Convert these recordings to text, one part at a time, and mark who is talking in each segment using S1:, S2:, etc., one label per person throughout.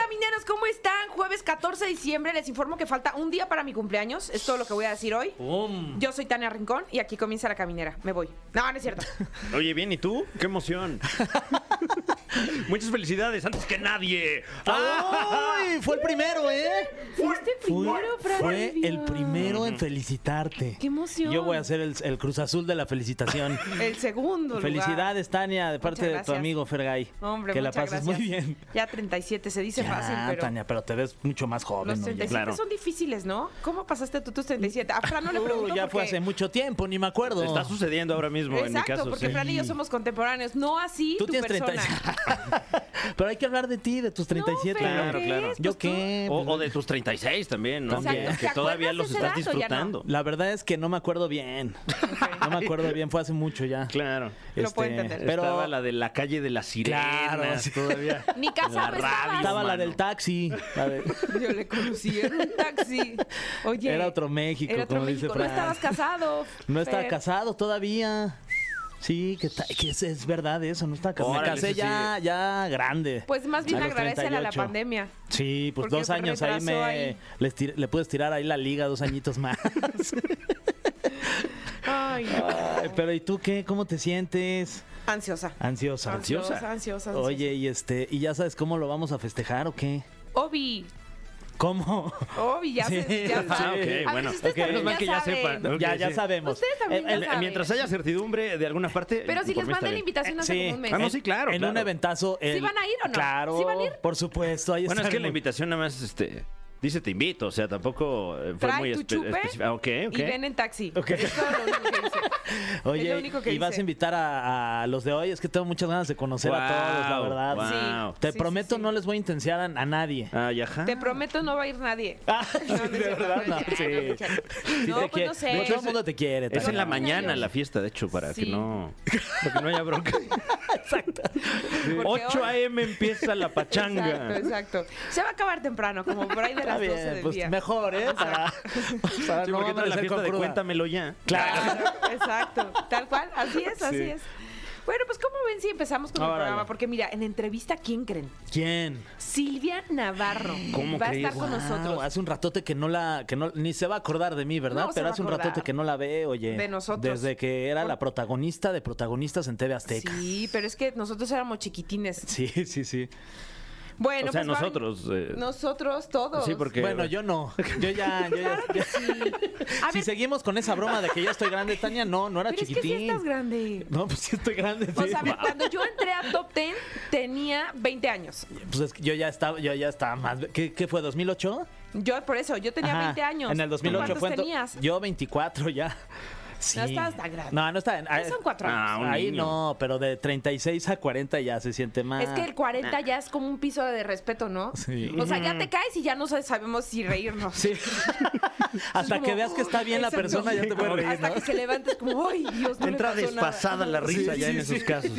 S1: camineros! ¿Cómo están? Jueves 14 de diciembre, les informo que falta un día para mi cumpleaños. Es todo lo que voy a decir hoy. Yo soy Tania Rincón y aquí comienza la caminera. Me voy. No, no es cierto.
S2: Oye, bien, ¿y tú? ¡Qué emoción! Muchas felicidades, antes que nadie.
S3: ¡Ay! Fue el primero, ¿eh?
S1: Fuiste primero, Fran
S3: Fue
S1: Evia.
S3: el primero en felicitarte.
S1: ¡Qué emoción!
S3: Yo voy a ser el, el Cruz Azul de la felicitación.
S1: El segundo lugar.
S3: Felicidades, Tania, de parte de tu
S1: gracias.
S3: amigo Fergay.
S1: Hombre,
S3: que la
S1: muchas
S3: pases
S1: gracias.
S3: muy bien.
S1: Ya 37, se dice
S3: Ya,
S1: fácil, pero.
S3: Tania, pero te ves mucho más joven.
S1: Los
S3: ¿no?
S1: 37
S2: claro.
S1: son difíciles, ¿no? ¿Cómo pasaste tú tus 37? A Fran no le
S3: Uh,
S1: pregunto
S3: ya fue
S1: porque-
S3: hace mucho tiempo, ni me acuerdo.
S2: Está sucediendo ahora mismo en mi
S1: Exacto,
S2: caso.
S1: porque
S2: sí.
S1: Fran y yo somos contemporáneos. No así
S3: Tú
S1: tu
S3: tienes
S1: persona.
S3: 37. pero hay que hablar de ti, de tus 37.
S1: No, pero
S2: Claro,
S1: ¿qué
S2: claro.
S1: es?
S3: ¿Yo
S1: Pues tú-
S3: qué?
S2: O, o de tus 36 también, ¿no?
S3: También.
S2: Que-
S1: Exacto.
S2: Que
S1: ¿Te
S2: todavía
S1: acuerdas
S2: los
S1: de
S2: estás
S1: ese dato? Ya no.
S2: disfrutando.
S3: La verdad es que no me acuerdo bien.
S1: Ok.
S3: No me acuerdo bien, fue hace mucho ya. Este,
S2: Claro.
S1: Lo puedo entender.
S3: Pero
S2: Estaba la de la calle de las sirenas
S3: Claro, sí.
S2: todavía.
S1: Ni casado
S2: La
S1: estabas.
S2: radio,
S3: estaba la
S2: mano.
S3: del taxi. la de-
S1: Yo le conocí en un taxi. Oye.
S3: Era otro México,
S1: era otro
S3: como dice
S1: México.
S3: Fran.
S1: No estabas casado.
S3: No estaba
S1: Fer.
S3: casado todavía. Sí, que, ta- que es, es verdad eso, no estaba casado. Me
S2: Órale,
S3: casé
S2: eso sí.
S3: ya, ya grande.
S1: Pues más bien
S3: A los
S1: agradecele a la
S3: 38.
S1: pandemia.
S3: Sí, pues
S1: Porque
S3: dos
S1: se
S3: años ahí
S1: retrasó
S3: me
S1: ahí.
S3: les tir- le puedes tirar ahí la liga dos añitos más.
S1: Ay, no.
S3: Ay, pero ¿y tú qué? ¿Cómo te sientes?
S1: Ansiosa.
S3: Ansiosa.
S1: Ansiosa, ansiosa, ansiosa.
S3: Oye, y este, ¿y ya sabes cómo lo vamos a festejar o qué?
S1: Obi.
S3: ¿Cómo?
S1: Obi, ya se.
S3: Sí,
S1: Ya saben.
S3: sí.
S2: Ah, ok,
S1: A ver,
S2: bueno.
S1: si ustedes
S3: Ok.
S1: también
S3: Menos mal
S2: que ya
S1: saben.
S2: sepan, ¿no? Ok,
S3: ya, ya
S2: sí.
S3: sabemos.
S1: Ustedes también ya
S3: En- en-
S1: saben.
S2: Mientras haya certidumbre de alguna parte.
S1: Pero si
S2: por
S1: les
S2: mí está
S1: mandan la
S2: bien.
S1: invitación hace como un mes.
S2: Ah, no, sí, claro,
S3: En
S2: claro.
S3: un eventazo. el-
S1: van a ir o no?
S3: Claro.
S1: ¿Sí van a ir?
S3: Por supuesto. Ahí
S2: Bueno, es que la
S3: estaremos.
S2: invitación nada más este, dice te invito, o sea, tampoco eh, fue
S1: Trae
S2: muy
S1: tu
S2: espe-
S1: chupe
S2: específica. Ok, ok.
S1: Y ven en taxi.
S3: Ok.
S1: Es todo lo único que dice.
S3: Oye,
S1: Es lo único que
S3: y vas
S1: dice.
S3: a invitar a, a los de hoy. Es que tengo muchas ganas de conocer a todos, la
S2: Guau,
S3: verdad.
S2: guau.
S1: Sí.
S3: Te prometo,
S1: sí.
S3: no les voy a intensiar a, a nadie.
S2: Ah, y ajá.
S1: Te prometo no va a ir nadie.
S3: Ah,
S1: No, no es
S3: de
S1: cierto,
S3: verdad,
S1: no,
S3: no.
S1: ya,
S3: Sí.
S1: no, no es cierto.
S3: Sí
S1: No,
S3: te
S1: pues
S3: quiere-
S1: no sé.
S3: Todo el mundo te quiere.
S2: Es en la
S1: Pero
S3: Tania.
S2: mañana
S1: nervios.
S2: la fiesta, de hecho, para
S1: Sí.
S2: que no, para que no haya bronca.
S3: Exacto.
S1: Porque
S2: 8
S1: hoy-
S2: a.m. empieza la pachanga.
S1: Exacto, exacto. Se va a acabar temprano, como por ahí de
S3: Está
S1: las 12 del
S3: bien, pues
S1: día.
S3: mejor, ¿eh? Para, para
S2: Sí,
S3: no
S2: porque trae la
S3: amanecer
S2: fiesta
S3: con
S2: de
S3: cruda.
S2: cuéntamelo ya.
S3: Claro.
S1: exacto. Tal cual, así es, así
S3: Sí.
S1: es. Bueno, pues ¿cómo ven si empezamos con
S3: Órale.
S1: el programa? Porque mira, en entrevista, ¿quién creen?
S3: ¿Quién?
S1: Silvia Navarro
S2: ¿Cómo
S1: va a
S2: crees?
S1: estar con
S3: Guau,
S1: nosotros.
S3: Ah, Hace un ratote que no la, que no, ni se va a acordar de mí, ¿verdad?
S1: No se
S3: Pero
S1: va a
S3: hace un
S1: acordar.
S3: ratote que no la ve, oye.
S1: De nosotros.
S3: Desde que era
S1: Por-
S3: la protagonista de protagonistas en TV Azteca.
S1: Sí, pero es que nosotros éramos chiquitines.
S3: Sí, sí, sí.
S1: Bueno,
S2: o sea,
S1: pues, va a venir-
S2: nosotros. eh,
S1: Nosotros todos.
S2: sí, porque.
S3: Bueno, yo no. Yo ya, yo ya. yo-
S1: A
S3: si
S1: ver,
S3: seguimos con esa broma de que yo estoy grande, Tania, no, no era
S1: pero es que
S3: chiquitín.
S1: sí estás grande.
S3: No, pues sí estoy grande.
S1: O
S3: sí.
S1: sea, a ver, cuando yo entré a Top Ten tenía 20 años.
S3: Pues es que yo ya estaba, yo ya estaba más. ¿Qué, qué fue? ¿2008?
S1: Yo por eso, yo tenía
S3: Ajá,
S1: 20 años.
S3: En el
S1: ¿Tú
S3: 2008 fue.
S1: ¿Cuántos
S3: en-
S1: tenías?
S3: Yo 24 ya. Sí.
S1: estabas tan grande.
S3: No, no estaba.
S1: Ya son cuatro
S2: Ah,
S1: años.
S2: un
S3: Ahí
S2: niño.
S3: no, pero de 36 a 40 ya se siente más.
S1: Es que el 40 ya es como un piso de respeto, ¿no?
S3: Sí.
S1: O sea, ya te caes y ya no sa- sabemos si reírnos.
S3: Sí. Hasta
S1: Es como,
S3: que veas que está bien la
S1: exacto.
S3: persona, ya te puedes reír,
S1: Hasta
S3: ¿no?
S1: que se levantes como, ay, Dios, no
S2: entra
S1: me pasó nada".
S2: desfasada la risa
S3: Sí,
S2: ya
S3: sí,
S2: en
S3: sí.
S2: esos casos.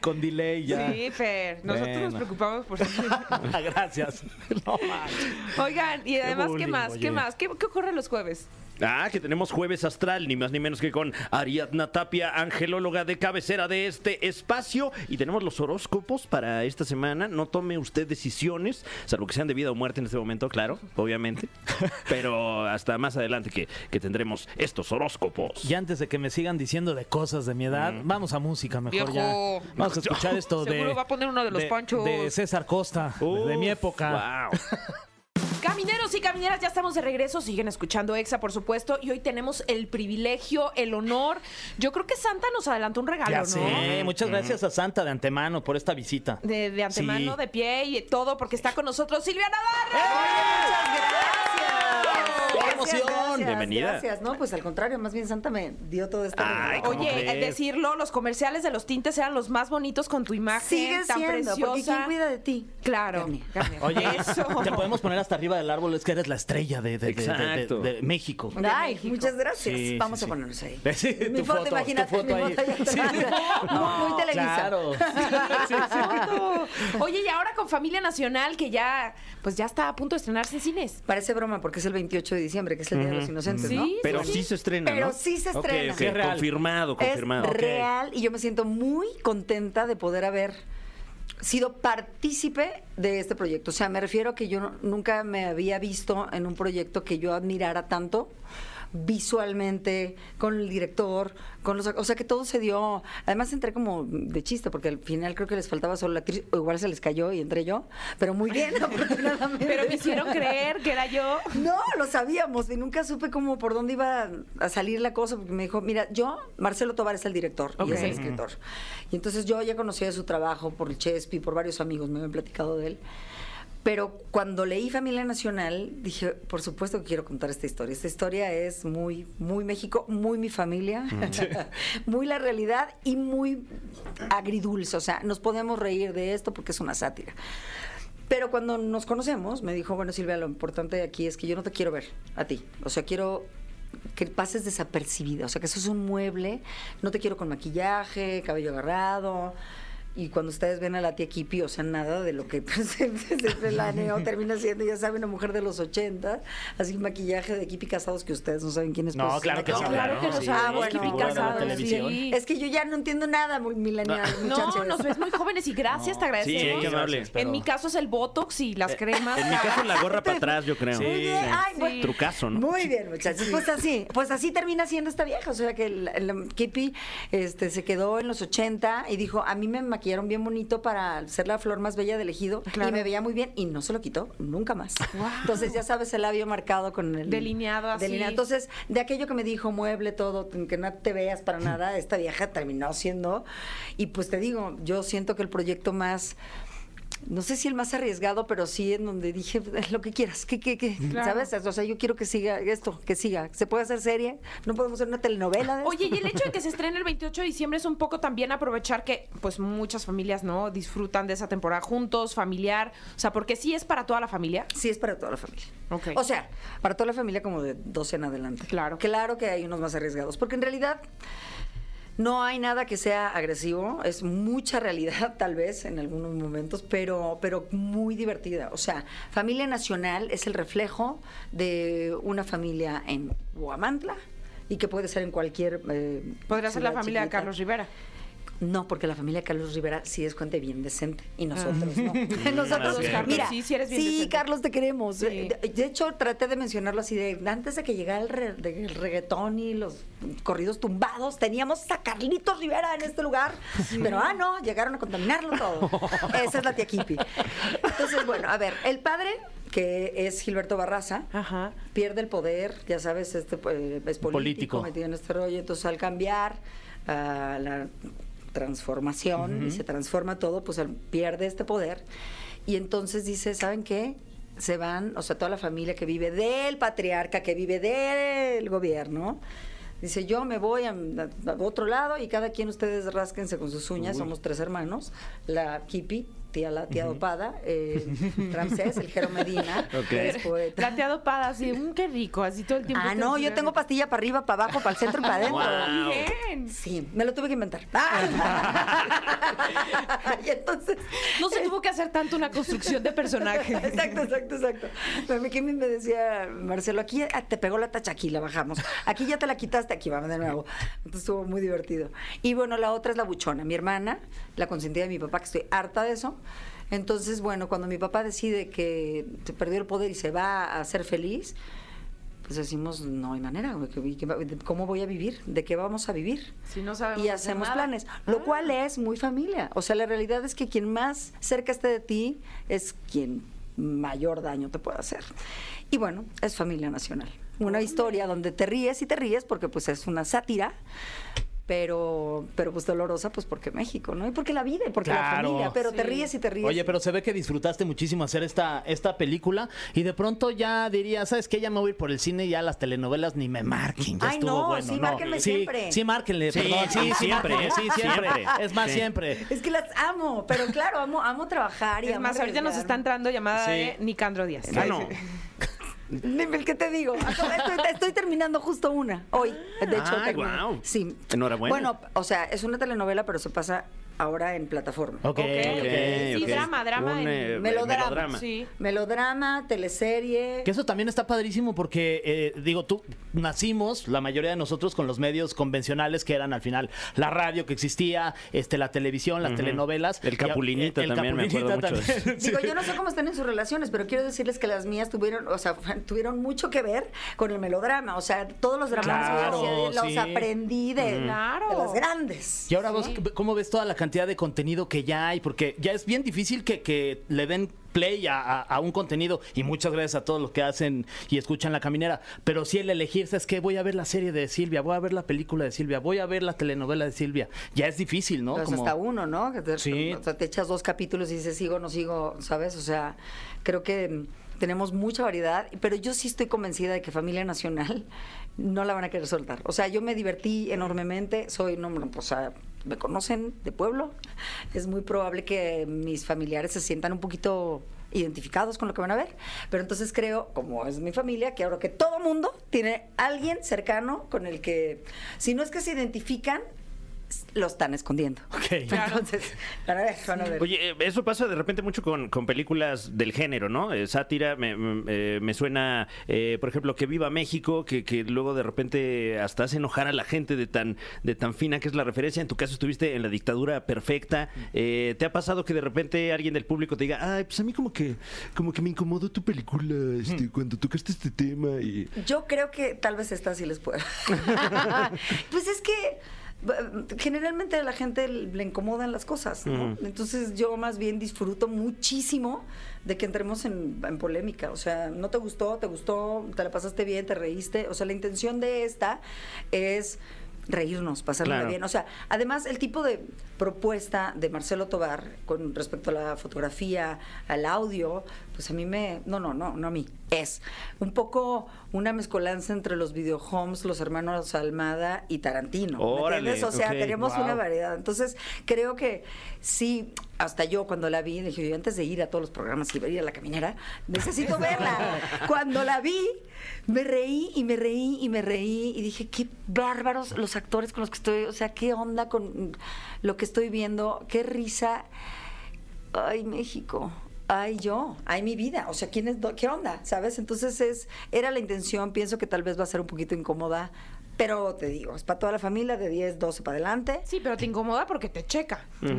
S3: Con delay ya.
S1: Sí, Fer, nosotros nos
S3: Bueno.
S1: preocupamos por ti.
S3: Gracias. No manches.
S1: Oigan, y además, ¿qué
S3: bullying,
S1: más? ¿Qué
S3: oye.
S1: más? ¿Qué, ¿Qué ocurre los jueves?
S2: Ah, que tenemos jueves astral, ni más ni menos que con Ariadna Tapia, angelóloga de cabecera de este espacio. Y tenemos los horóscopos para esta semana. No tome usted decisiones, salvo que sean de vida o muerte en este momento, claro, obviamente. Pero hasta más adelante que, que tendremos estos horóscopos.
S3: Y antes de que me sigan diciendo de cosas de mi edad, vamos a música
S1: Viejo.
S3: mejor ya. Vamos a escuchar esto de.
S1: Seguro va a poner uno de los panchos.
S3: de César Costa,
S2: Uf,
S3: de mi época.
S2: wow.
S1: Camineros y camineras, ya estamos de regreso. Siguen escuchando EXA, por supuesto. Y hoy tenemos el privilegio, el honor. Yo creo que Santa nos adelantó un regalo,
S3: Ya
S1: ¿no?
S3: sé. Muchas gracias a Santa de antemano por esta visita.
S1: De, de antemano,
S3: Sí.
S1: de pie y todo, porque está con nosotros Silvia Navarro.
S3: ¡Eh! Muchas gracias.
S1: ¡Qué
S3: ¡Qué promoción.
S4: Gracias,
S2: Bienvenida.
S4: Gracias, no, pues al contrario, más bien Santa me dio todo este
S2: Ay,
S4: regalo.
S2: ¿cómo
S1: Oye,
S2: crees?
S1: eh, decirlo, los comerciales de los tintes eran los más bonitos con tu imagen
S4: Sigue
S1: tan
S4: siendo, porque
S1: preciosa.
S4: ¿quién cuida de ti?
S1: Claro.
S4: Carmen.
S1: Carmen.
S3: Oye,
S1: eso.
S3: te podemos poner hasta arriba del árbol, es que eres la estrella de, de- de- de- de-
S2: Exacto.
S3: de México.
S1: De
S4: Ay,
S1: México.
S4: muchas gracias.
S3: Sí, sí,
S4: Vamos a
S3: sí.
S4: ponernos ahí.
S3: Sí,
S4: mi
S3: tu
S4: foto,
S3: foto,
S4: imagínate,
S3: tu foto
S4: mi
S3: ahí.
S4: foto ahí atrás.
S3: Sí.
S4: Muy- muy televisa.
S3: Claro.
S1: Oye, y ahora con Familia Nacional, que ya, pues ya está a punto de estrenarse en cines.
S4: Parece broma porque es el 28 de diciembre, que es el Día de los Inocentes,
S1: Sí,
S4: ¿no?
S1: sí,
S2: Pero sí,
S1: sí.
S2: se estrena,
S4: Pero
S2: ¿no?
S4: sí se
S2: Ok,
S4: estrena.
S2: ok,
S3: Sí, es real.
S2: Confirmado, confirmado.
S4: Es real y yo me siento muy contenta de poder haber sido partícipe de este proyecto. O sea, me refiero a que yo no- nunca me había visto en un proyecto que yo admirara tanto visualmente, con el director, con los... ac- O sea, que todo se dio... Además entré como de chiste, porque al final creo que les faltaba solo la actriz, o igual se les cayó y entré yo, pero muy bien, afortunadamente.
S1: Pero me hicieron creer que era yo.
S4: No, lo sabíamos y nunca supe cómo por dónde iba a salir la cosa porque me dijo, mira, yo, Marcelo Tobar es el director y es el escritor. Y entonces yo ya conocía su trabajo por el Chespi, por varios amigos, me habían platicado de él. Pero cuando leí Familia Nacional, dije, por supuesto que quiero contar esta historia. Esta historia es muy, muy México, muy mi familia, muy la realidad y muy agridulce. O sea, nos podemos reír de esto porque es una sátira. Pero cuando nos conocemos, me dijo, bueno, Silvia, lo importante aquí es que yo no te quiero ver a ti. O sea, quiero que pases desapercibida. O sea, que eso es un mueble. No te quiero con maquillaje, cabello agarrado. Y cuando ustedes ven a la tía Kipi, o sea, nada de lo que se, se planeó termina siendo, ya saben, una mujer de los 80, así maquillaje de Kipi Casados que ustedes no saben quién es.
S3: No,
S4: pues,
S3: claro que
S4: no,
S3: sí,
S4: claro que
S3: no,
S4: no
S3: sí,
S4: saben.
S3: es
S4: bueno,
S3: figura de la
S4: Casados, sí.
S3: televisión.
S4: Es que yo ya no entiendo nada, muy milenial,
S1: No,
S4: muchachos.
S1: nos ves muy jóvenes y gracias, te
S2: Sí,
S1: agradecemos.
S2: qué amable.
S3: Gracias. pero-
S1: en mi caso es el botox y las cremas.
S2: Eh, En mi caso, la gorra para atrás, yo creo.
S3: Sí.
S4: Muy bien, ay, bueno.
S2: Trucazo, ¿no?
S4: Muy bien, muchachos. Pues así, pues así termina siendo esta vieja. O sea que la, la Kipi este, se quedó en los 80 y dijo, a mí me maquillaron bien bonito para ser la flor más bella del ejido
S1: Claro.
S4: y me veía muy bien y no se lo quitó nunca más. Entonces ya sabes el labio marcado con el...
S1: Delineado así.
S4: delineado. Entonces, de aquello que me dijo, mueble todo, que no te veas para nada, esta vieja terminó siendo... Y pues te digo, yo siento que el proyecto más... No sé si el más arriesgado, pero sí en donde dije "Pues, lo que quieras, que, que, que,
S1: Claro.
S4: ¿sabes? O sea, yo quiero que siga esto, que siga. Se puede hacer serie, no podemos hacer una telenovela. de
S1: Oye,
S4: esto?
S1: y el hecho de que se estrene el 28 de diciembre es un poco también aprovechar que, pues, muchas familias, ¿no? Disfrutan de esa temporada juntos, familiar. O sea, porque sí es para toda la familia.
S4: Sí, es para toda la familia.
S1: Ok.
S4: O sea, para toda la familia como de 12 en adelante.
S1: Claro.
S4: Claro que hay unos más arriesgados, porque en realidad no hay nada que sea agresivo, es mucha realidad tal vez en algunos momentos, pero, pero muy divertida. O sea, Familia Nacional es el reflejo de una familia en Huamantla y que puede ser en cualquier... eh,
S1: Podría ser la
S4: ciudad
S1: familia de
S4: chiquita.
S1: Carlos Rivera.
S4: No, porque la familia de Carlos Rivera sí es gente bien decente y nosotros no. nosotros,
S2: ok.
S1: Carlos,
S4: mira,
S1: Ah. sí, sí eres bien decente.
S4: Carlos, te queremos.
S1: Sí.
S4: De, de hecho, traté de mencionarlo así de antes de que llegara el, re- de- el reggaetón y los corridos tumbados, teníamos a Carlitos Rivera en este lugar, pero ah no, llegaron a contaminarlo todo. Esa es la tía Kipi. Entonces, bueno, a ver, el padre que es Gilberto Barraza,
S1: Ajá.
S4: pierde el poder, ya sabes, este eh, es político,
S3: Político.
S4: metido en este rollo, entonces al cambiar a la transformación y se transforma todo, pues él pierde este poder y entonces dice, ¿saben qué? Se van, o sea, toda la familia que vive del patriarca, que vive del gobierno. Dice, yo me voy a, a otro lado y cada quien ustedes rásquense con sus uñas. Somos tres hermanos. La Kipi, tía la tía dopada, eh, Ramsés, el Jero Medina,
S2: Ok.
S4: que es poeta.
S1: Plateado para así, "Mm, qué rico, así todo el tiempo.
S4: Ah,
S1: estoy
S4: no, yo
S1: diciendo-
S4: tengo pastilla para arriba, para abajo, para el centro y para adentro.
S2: Guau.
S1: Bien.
S4: Sí, me lo tuve que inventar. ¡Ah! y entonces.
S1: No se tuvo que hacer tanto una construcción de personaje.
S4: Exacto, exacto, exacto. A mí que me decía Marcelo, aquí ya te pegó la tacha, aquí la bajamos. Aquí ya te la quitaste, aquí vamos de nuevo. Entonces estuvo muy divertido. Y bueno, la otra es la buchona, mi hermana, la consentida de mi papá, que estoy harta de eso. Entonces, bueno, cuando mi papá decide que se perdió el poder y se va a ser feliz, pues decimos, no hay manera, güey, que- que- ¿cómo voy a vivir? ¿De qué vamos a vivir?
S1: Si no sabemos
S4: Y
S1: hacer
S4: hacemos
S1: nada.
S4: planes, lo
S1: Ah.
S4: cual es muy familia. O sea, la realidad es que quien más cerca esté de ti es quien mayor daño te puede hacer. Y bueno, es familia nacional. Una historia donde te ríes y te ríes porque pues es una sátira, pero, pero pues dolorosa, pues porque México, ¿no? Y porque la vida, y porque la
S3: Claro.
S4: familia, pero te
S1: Sí.
S4: ríes y te ríes.
S3: Oye, pero se ve que disfrutaste muchísimo hacer esta, esta película y de pronto ya diría, ¿sabes qué? Ya me voy a ir por el cine y ya las telenovelas ni me marquen. Ya
S4: Ay,
S3: estuvo
S4: no,
S3: bueno,
S4: sí,
S3: no.
S4: márquenme
S3: sí,
S4: siempre.
S3: Sí, márquenle,
S2: Sí,
S3: perdón, sí,
S2: sí,
S3: siempre, ¿eh?
S2: siempre,
S3: sí, siempre.
S2: siempre.
S3: Es más,
S2: Sí.
S3: siempre.
S4: Es que las amo, pero claro, amo, amo trabajar y
S1: Es
S4: amo
S1: más, ahorita nos está
S4: arriesgarme.
S1: entrando llamada
S3: Sí.
S1: de Nicandro Díaz.
S2: Ah, no.
S4: Dime, ¿Qué te digo? Estoy, estoy terminando justo una hoy. De hecho,
S3: Ah,
S2: Ay,
S4: terminé.
S2: guau.
S4: Sí.
S2: Enhorabuena.
S4: Bueno, o sea, es una telenovela, pero se pasa ahora en plataforma.
S1: Ok.
S3: Ok, ok.
S1: Sí,
S2: ok.
S1: drama, drama en-
S2: eh,
S4: Melodrama,
S1: Sí.
S4: Melodrama, teleserie.
S3: Que eso también está padrísimo porque, eh, digo, tú nacimos, la mayoría de nosotros, con los medios convencionales que eran al final la radio que existía, este la televisión, las telenovelas.
S2: El
S3: Y- eh,
S2: Capulinita también, me acuerdo
S3: Capulinita
S2: mucho de eso.
S3: también, sí.
S4: Digo, yo no sé cómo están en sus relaciones, pero quiero decirles que las mías tuvieron, o sea, tuvieron mucho que ver con el melodrama. O sea, todos los dramas
S3: Claro,
S4: que yo hacía, los
S3: sí.
S4: aprendí de,
S1: Claro.
S4: de las grandes.
S3: Y ahora vos, ¿cómo ves toda la cantidad de contenido que ya hay? Porque ya es bien difícil que, que le den play a, a- a un contenido. Y muchas gracias a todos los que hacen y escuchan La Caminera. Pero sí el elegirse es que voy a ver la serie de Silvia, voy a ver la película de Silvia, voy a ver la telenovela de Silvia. Ya es difícil, ¿no?
S4: Pues hasta uno, ¿no? Que te,
S3: Sí.
S4: o sea, te echas dos capítulos y dices sigo, no sigo, ¿sabes? O sea, creo que mm, tenemos mucha variedad, pero yo sí estoy convencida de que Familia Nacional no la van a querer soltar. O sea, yo me divertí enormemente, soy, no, no, o sea, me conocen de pueblo, es muy probable que mis familiares se sientan un poquito identificados con lo que van a ver, pero entonces creo, como es mi familia, que ahora que todo mundo tiene alguien cercano con el que, si no es que se identifican, lo están escondiendo.
S3: Ok.
S4: Entonces, van a ver, van a ver.
S2: Oye, eh, eso pasa de repente mucho con, con películas del género, ¿no? Eh, sátira, me, me- eh, me suena, eh, por ejemplo, que viva México, que, que luego de repente hasta hace enojar a la gente de tan, de tan fina que es la referencia. En tu caso estuviste en la dictadura perfecta. Eh, ¿Te ha pasado que de repente alguien del público te diga, ay, pues a mí como que, como que me incomodó tu película este, cuando tocaste este tema? Y...
S4: Yo creo que tal vez esta sí les pueda. pues es que eh, generalmente a la gente le incomodan las cosas, ¿no? Entonces yo más bien disfruto muchísimo de que entremos en, en polémica. O sea, no te gustó, te gustó, te la pasaste bien, te reíste. O sea, la intención de esta es reírnos, pasarla
S2: Claro.
S4: bien. O sea, además el tipo de propuesta de Marcelo Tobar con respecto a la fotografía, al audio, pues a mí me, no, no, no, no a mí, es un poco una mezcolanza entre los videohomes, los hermanos Almada y Tarantino. ¿me
S2: Órale,
S4: entiendes? O sea,
S2: ok,
S4: tenemos
S2: wow.
S4: una variedad. Entonces, creo que sí, hasta yo cuando la vi, dije, yo antes de ir a todos los programas y ir a la caminera, necesito verla. Cuando la vi, me reí y me reí y me reí y dije, qué bárbaros los actores con los que estoy, o sea, qué onda con lo que estoy viendo, qué risa. Ay, México. Ay, yo, ay, mi vida. O sea, ¿quién es, do- ¿qué onda? ¿Sabes? Entonces es, era la intención, pienso que tal vez va a ser un poquito incómoda, pero te digo, es para toda la familia, de 10, 12 para adelante.
S1: Sí, pero te incomoda porque te checa, ¿no?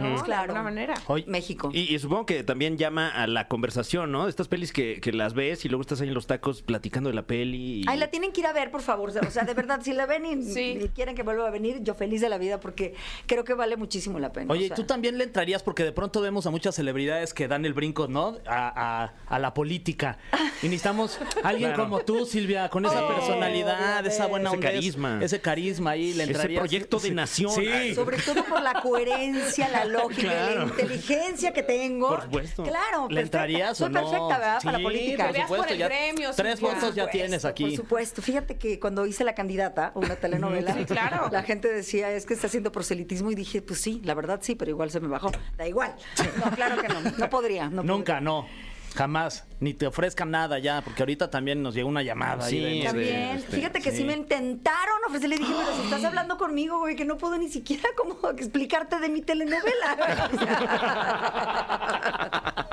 S1: De
S4: Claro.
S1: alguna manera.
S3: Oye,
S4: México.
S2: Y, y supongo que también llama a la conversación, ¿no? Estas pelis que, que las ves y luego estás ahí en los tacos platicando de la peli. y-
S4: Ay, la tienen que ir a ver, por favor. O sea, de verdad, si la ven y,
S1: Sí.
S4: y quieren que vuelva a venir, yo feliz de la vida porque creo que vale muchísimo la pena.
S3: Oye,
S4: o sea.
S3: tú también le entrarías porque de pronto vemos a muchas celebridades que dan el brinco, ¿no? A, a- a la política. Y necesitamos a alguien
S2: Claro.
S3: como tú, Silvia, con esa
S4: Sí,
S3: personalidad, esa buena
S2: Ese
S3: onda.
S2: carisma.
S3: Ese carisma ahí le
S2: Ese
S3: entrarías.
S2: proyecto de nación. Ay,
S4: Sobre todo por la coherencia, la lógica, y
S2: Claro.
S4: la inteligencia que tengo.
S2: Por supuesto.
S4: Claro,
S3: ¿Le
S4: perfecta.
S3: entrarías o
S4: Soy
S3: no?
S4: perfecta, ¿verdad? Para
S3: Sí,
S4: la política.
S3: por
S1: Peleas por
S3: supuesto,
S1: el
S3: ya
S1: premio,
S3: tres
S1: Cintia.
S3: votos ya
S4: supuesto,
S3: tienes
S4: Por
S3: aquí.
S4: supuesto. Fíjate que cuando hice La Candidata, una telenovela,
S1: Sí, claro.
S4: la gente decía, es que está haciendo proselitismo y dije, pues sí, la verdad sí, pero igual se me bajó. Da igual. No, claro que no. No podría. No
S3: Nunca, no. Jamás. Ni te ofrezcan nada ya, porque ahorita también nos llegó una llamada. ahí
S2: Sí,
S3: de-
S4: podría.
S2: de-
S4: También,
S2: este,
S4: fíjate que sí.
S3: sí.
S4: me intentaron ofrecerle, dije, pero si estás hablando conmigo, güey, que no puedo ni siquiera como explicarte de mi telenovela.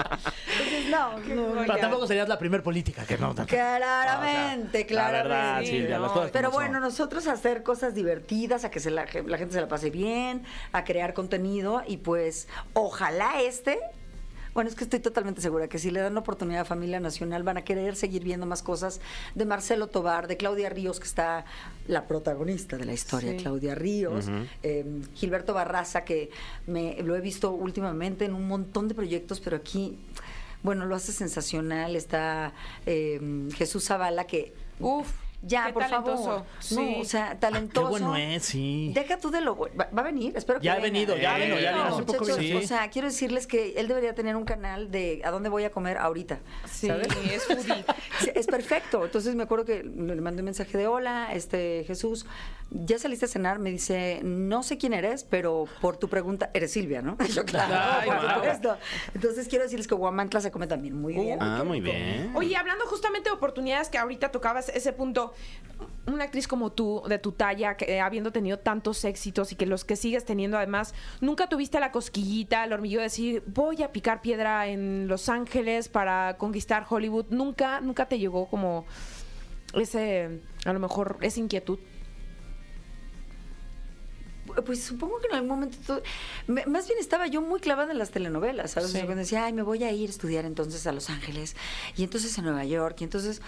S4: Entonces, no, no.
S1: joya.
S3: Pero tampoco serías la primer política que no. tampoco.
S4: Claramente,
S3: O sea, la verdad,
S4: claramente.
S3: Silvia,
S1: no,
S3: las cosas como
S4: Pero
S3: son.
S4: bueno, nosotros hacer cosas divertidas, a que se la, la gente se la pase bien, a crear contenido y pues ojalá este... Bueno, es que estoy totalmente segura que si le dan la oportunidad a Familia Nacional van a querer seguir viendo más cosas de Marcelo Tobar, de Claudia Ríos, que está la protagonista de la historia,
S1: Sí.
S4: Claudia Ríos, eh, Gilberto Barraza, que me, lo he visto últimamente en un montón de proyectos, pero aquí, bueno, lo hace sensacional, está eh, Jesús em, Zavala, que
S1: Uf.
S4: Ya,
S1: Qué
S4: por favor.
S1: talentoso. Sí.
S4: No, o sea, talentoso.
S3: Ah, bueno es, sí.
S4: Deja tú de lo bueno. Va, va a venir, espero que
S3: Ya ha
S4: venga.
S3: venido, ya
S1: vino, ya vino. Hace
S3: poco
S4: Muchachos,
S3: vino. Sí.
S4: O sea, quiero decirles que él debería tener un canal de a dónde voy a comer ahorita.
S1: Sí,
S4: ¿sabes?
S1: es foodie.
S4: Sí, es perfecto. Entonces me acuerdo que le mandé un mensaje de hola, este Jesús, ya saliste a cenar, me dice, no sé quién eres, pero por tu pregunta, eres Silvia, ¿no? Yo, claro,
S3: Ay,
S4: por
S3: guau.
S4: supuesto. Entonces quiero decirles que Guamantla se come también muy bien.
S2: Ah, muy bien.
S1: Oye, hablando justamente de oportunidades que ahorita tocabas ese punto, una actriz como tú, de tu talla, que eh, habiendo tenido tantos éxitos y que los que sigues teniendo además, nunca tuviste la cosquillita, el hormigueo de decir, voy a picar piedra en Los Ángeles para conquistar Hollywood. Nunca, nunca te llegó como ese, a lo mejor, esa inquietud.
S4: Pues supongo que en algún momento. todo- me- Más bien estaba yo muy clavada en las telenovelas, ¿sabes? O sea,
S1: Sí.
S4: cuando decía, ay, me voy a ir a estudiar entonces a Los Ángeles y entonces a Nueva York. Y entonces,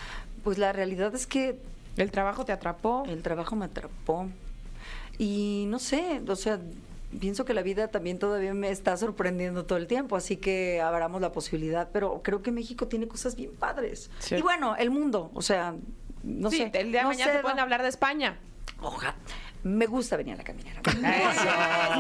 S4: pues la realidad es que
S1: El trabajo te atrapó.
S4: el trabajo me atrapó. Y no sé, o sea, pienso que la vida también todavía me está sorprendiendo todo el tiempo, así que abramos la posibilidad. Pero creo que México tiene cosas bien padres.
S1: Sí.
S4: Y bueno, el mundo, o sea, no
S1: sí,
S4: sé.
S1: el día de
S4: no
S1: mañana
S4: sé,
S1: te pueden
S4: no-
S1: hablar de España.
S4: Ojalá. Me gusta venir a la caminera.
S1: Eso.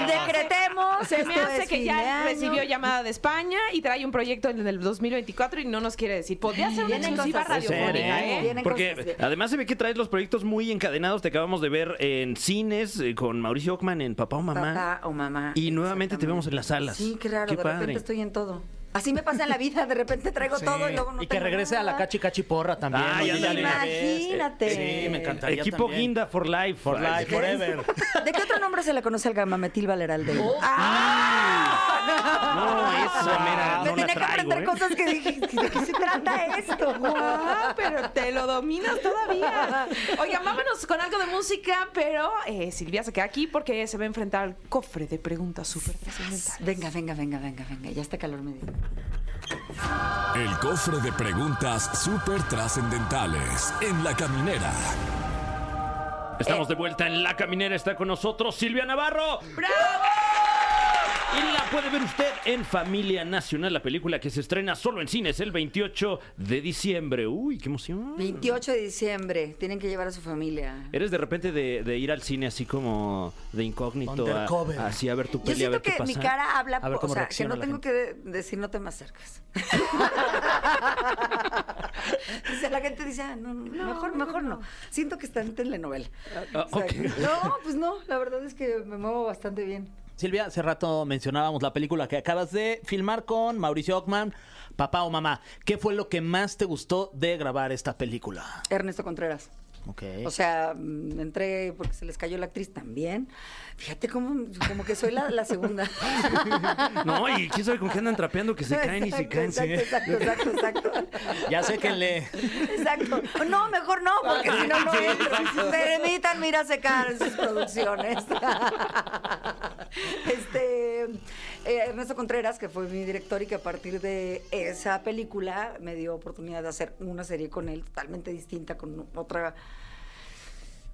S4: Decretemos.
S1: Se me
S4: esto
S1: hace
S4: es
S1: que
S4: fin de
S1: ya
S4: año.
S1: recibió llamada de España y trae un proyecto en el 2024 y no nos quiere decir. Podría ser una
S4: Vienen
S1: exclusiva
S4: cosas.
S2: Puede ser,
S1: radiofónica,
S4: ¿eh?
S1: ¿eh?
S4: Vienen cosas
S2: Porque
S4: de-
S2: además se ve que traes los proyectos muy encadenados. Te acabamos de ver en cines eh, con Mauricio Ockman en Papá o Mamá.
S4: Papá o mamá.
S2: Y nuevamente te vemos
S4: Exactamente.
S2: en las salas.
S4: Sí, claro.
S2: Qué
S4: de
S2: padre.
S4: repente estoy en todo. Así me pasa en la vida. De repente traigo todo y luego no
S3: Y que
S4: tengo
S3: regrese a la
S4: nada.
S3: cachi cachi porra también.
S2: Ay,
S3: oye, ya
S2: ándale.
S3: de una vez.
S4: Imagínate.
S3: Sí, me encantaría
S2: Equipo
S3: también.
S2: Guinda for Life.
S3: For life, forever.
S4: ¿De qué otro nombre se le conoce al gamametil Valeralde?
S2: Oh, No, esa mera
S4: Ah. me
S2: no la
S4: tenía que
S2: traigo.
S4: aprender
S2: ¿eh?
S4: cosas que dije, ¿de qué se trata esto?
S1: Ah, pero te lo dominas todavía. Oigan, vámonos con algo de música, pero eh, Silvia se queda aquí porque se va a enfrentar al cofre de preguntas súper trascendentales.
S4: Venga, venga, venga, venga, venga. Ya está calor medio.
S5: El cofre de preguntas súper trascendentales en la caminera.
S2: Estamos de vuelta en La Caminera. Está con nosotros Silvia Navarro. Y la puede ver usted en Familia Nacional, la película que se estrena solo en cines el 28 de diciembre. Uy, qué emoción.
S4: 28 de diciembre. Tienen que llevar a su familia.
S2: ¿Eres de repente de, de ir al cine así como de incógnito? a-
S3: Undercover.
S2: así a ver tu
S4: Yo
S2: peli, Pues, a ver
S4: siento
S2: qué
S4: que
S2: pasa?
S4: mi cara habla,
S3: A ver
S4: o
S3: cómo
S4: sea, que
S3: reacciona
S4: no
S3: la
S4: tengo
S3: gente.
S4: que de- decir no te me acerques. o sea, la gente dice, ah, no, no, mejor, mejor no. Siento que está en telenovela.
S2: ah,
S4: O sea,
S2: ok.
S4: No, pues no, la verdad es que me muevo bastante bien.
S3: Silvia, hace rato mencionábamos la película que acabas de filmar con Mauricio Ockman, Papá o Mamá. ¿Qué fue lo que más te gustó de grabar esta película?
S4: Ernesto Contreras.
S3: Ok.
S4: O sea, mm, entré porque se les cayó la actriz también. Fíjate cómo, como que soy la, la segunda.
S2: No, y quién sabe con qué andan trapeando que se caen y se ¿eh?
S4: Exacto,
S2: caen.
S4: Exacto, exacto, exacto, exacto.
S3: ya sé que le...
S4: Exacto. O No, mejor no, porque si no, no
S3: Sí,
S4: entro.
S3: exacto.
S4: Permitan ir a secar en sus producciones. Este, eh, Ernesto Contreras, que fue mi director y que a partir de esa película me dio oportunidad de hacer una serie con él totalmente distinta, con otra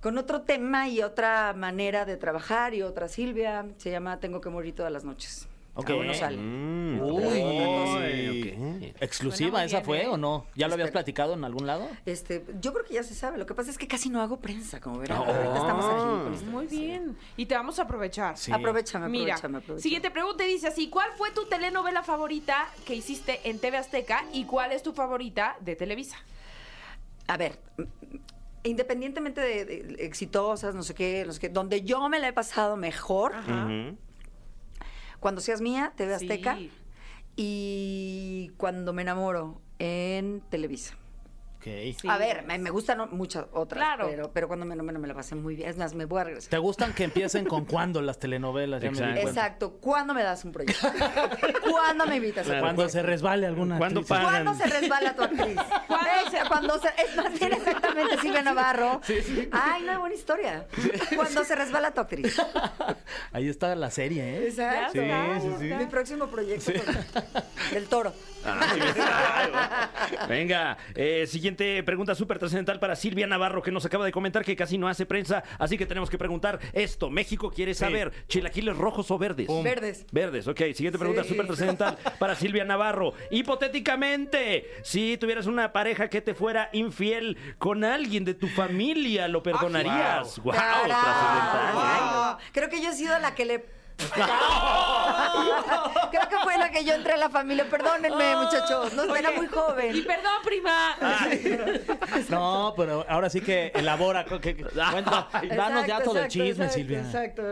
S4: con otro tema y otra manera de trabajar y otra Silvia. Se llama Tengo que morir todas las noches.
S3: Ok.
S4: Aún no sale.
S2: Mm,
S3: Uy,
S2: ok.
S3: ¿Exclusiva
S1: Suena muy
S3: esa
S1: bien,
S3: fue
S1: ¿eh?
S3: o no? ¿Ya lo habías
S4: Espera.
S3: platicado en algún lado?
S4: Este, yo creo que ya se sabe. Lo que pasa es que casi no hago prensa, como verán. Ahorita estamos aquí con esto.
S1: Muy bien. Y te vamos a aprovechar.
S3: Oh. Sí.
S4: Aprovechame, aprovechame,
S1: Mira,
S4: aprovechame.
S1: siguiente pregunta y dice así, ¿cuál fue tu telenovela favorita que hiciste en TV Azteca y cuál es tu favorita de Televisa?
S4: A ver, mm, independientemente de, de exitosas, no sé qué, no sé qué, donde yo me la he pasado mejor,
S2: Ujú.
S4: cuando seas mía, TV
S1: Sí.
S4: Azteca, y cuando me enamoro en Televisa.
S3: Ok.
S1: Sí.
S4: A ver, me, me gustan o- muchas otras,
S1: Claro.
S4: pero, pero cuando me enamoro me la pasé muy bien. Es más, me voy a regresar.
S3: ¿Te gustan que empiecen con cuándo las telenovelas? Ya me di
S2: Exacto.
S3: cuenta.
S4: Exacto. ¿Cuándo me das un proyecto? ¿Cuándo me invitas? a
S2: Claro.
S4: tu
S3: Cuando
S4: proyecto?
S3: se resbale alguna
S2: ¿Cuándo
S3: actriz.
S2: pa-
S4: ¿Cuándo
S2: Hagan.
S4: se resbala tu actriz?
S1: ¿Cuándo
S4: Ven,
S1: se-
S4: Cuando se... Es más bien exactamente Silvia Navarro. Ay, no, buena historia. Cuando se resbala tu actriz.
S3: Ahí está la serie, ¿eh?
S4: Exacto.
S3: Sí, sí, sí.
S4: Mi próximo proyecto con- del toro.
S2: Ah, muy bien. Venga, eh, siguiente siguiente pregunta súper trascendental para Silvia Navarro, que nos acaba de comentar que casi no hace prensa, así que tenemos que preguntar esto. México quiere saber, ¿chilaquiles rojos o verdes?
S4: Verdes.
S2: Verdes, ok. Siguiente pregunta
S4: Sí.
S2: súper trascendental para Silvia Navarro. Hipotéticamente, si tuvieras una pareja que te fuera infiel con alguien de tu familia, ¿lo perdonarías? ¡Guau!
S4: Tarán.
S2: trascendental. ¿eh?
S4: Ay, no. Creo que yo he sido la que le. Creo que fue la que yo entré a la familia. Perdónenme, muchachos. No era muy
S1: Y
S4: joven.
S1: perdón, prima.
S4: Ah,
S3: No, pero ahora sí que elabora. co- que- que- cuenta, danos ya
S4: Exacto,
S3: todo el
S4: exacto,
S3: chisme,
S4: exacto,
S3: Silvia.
S4: Exacto.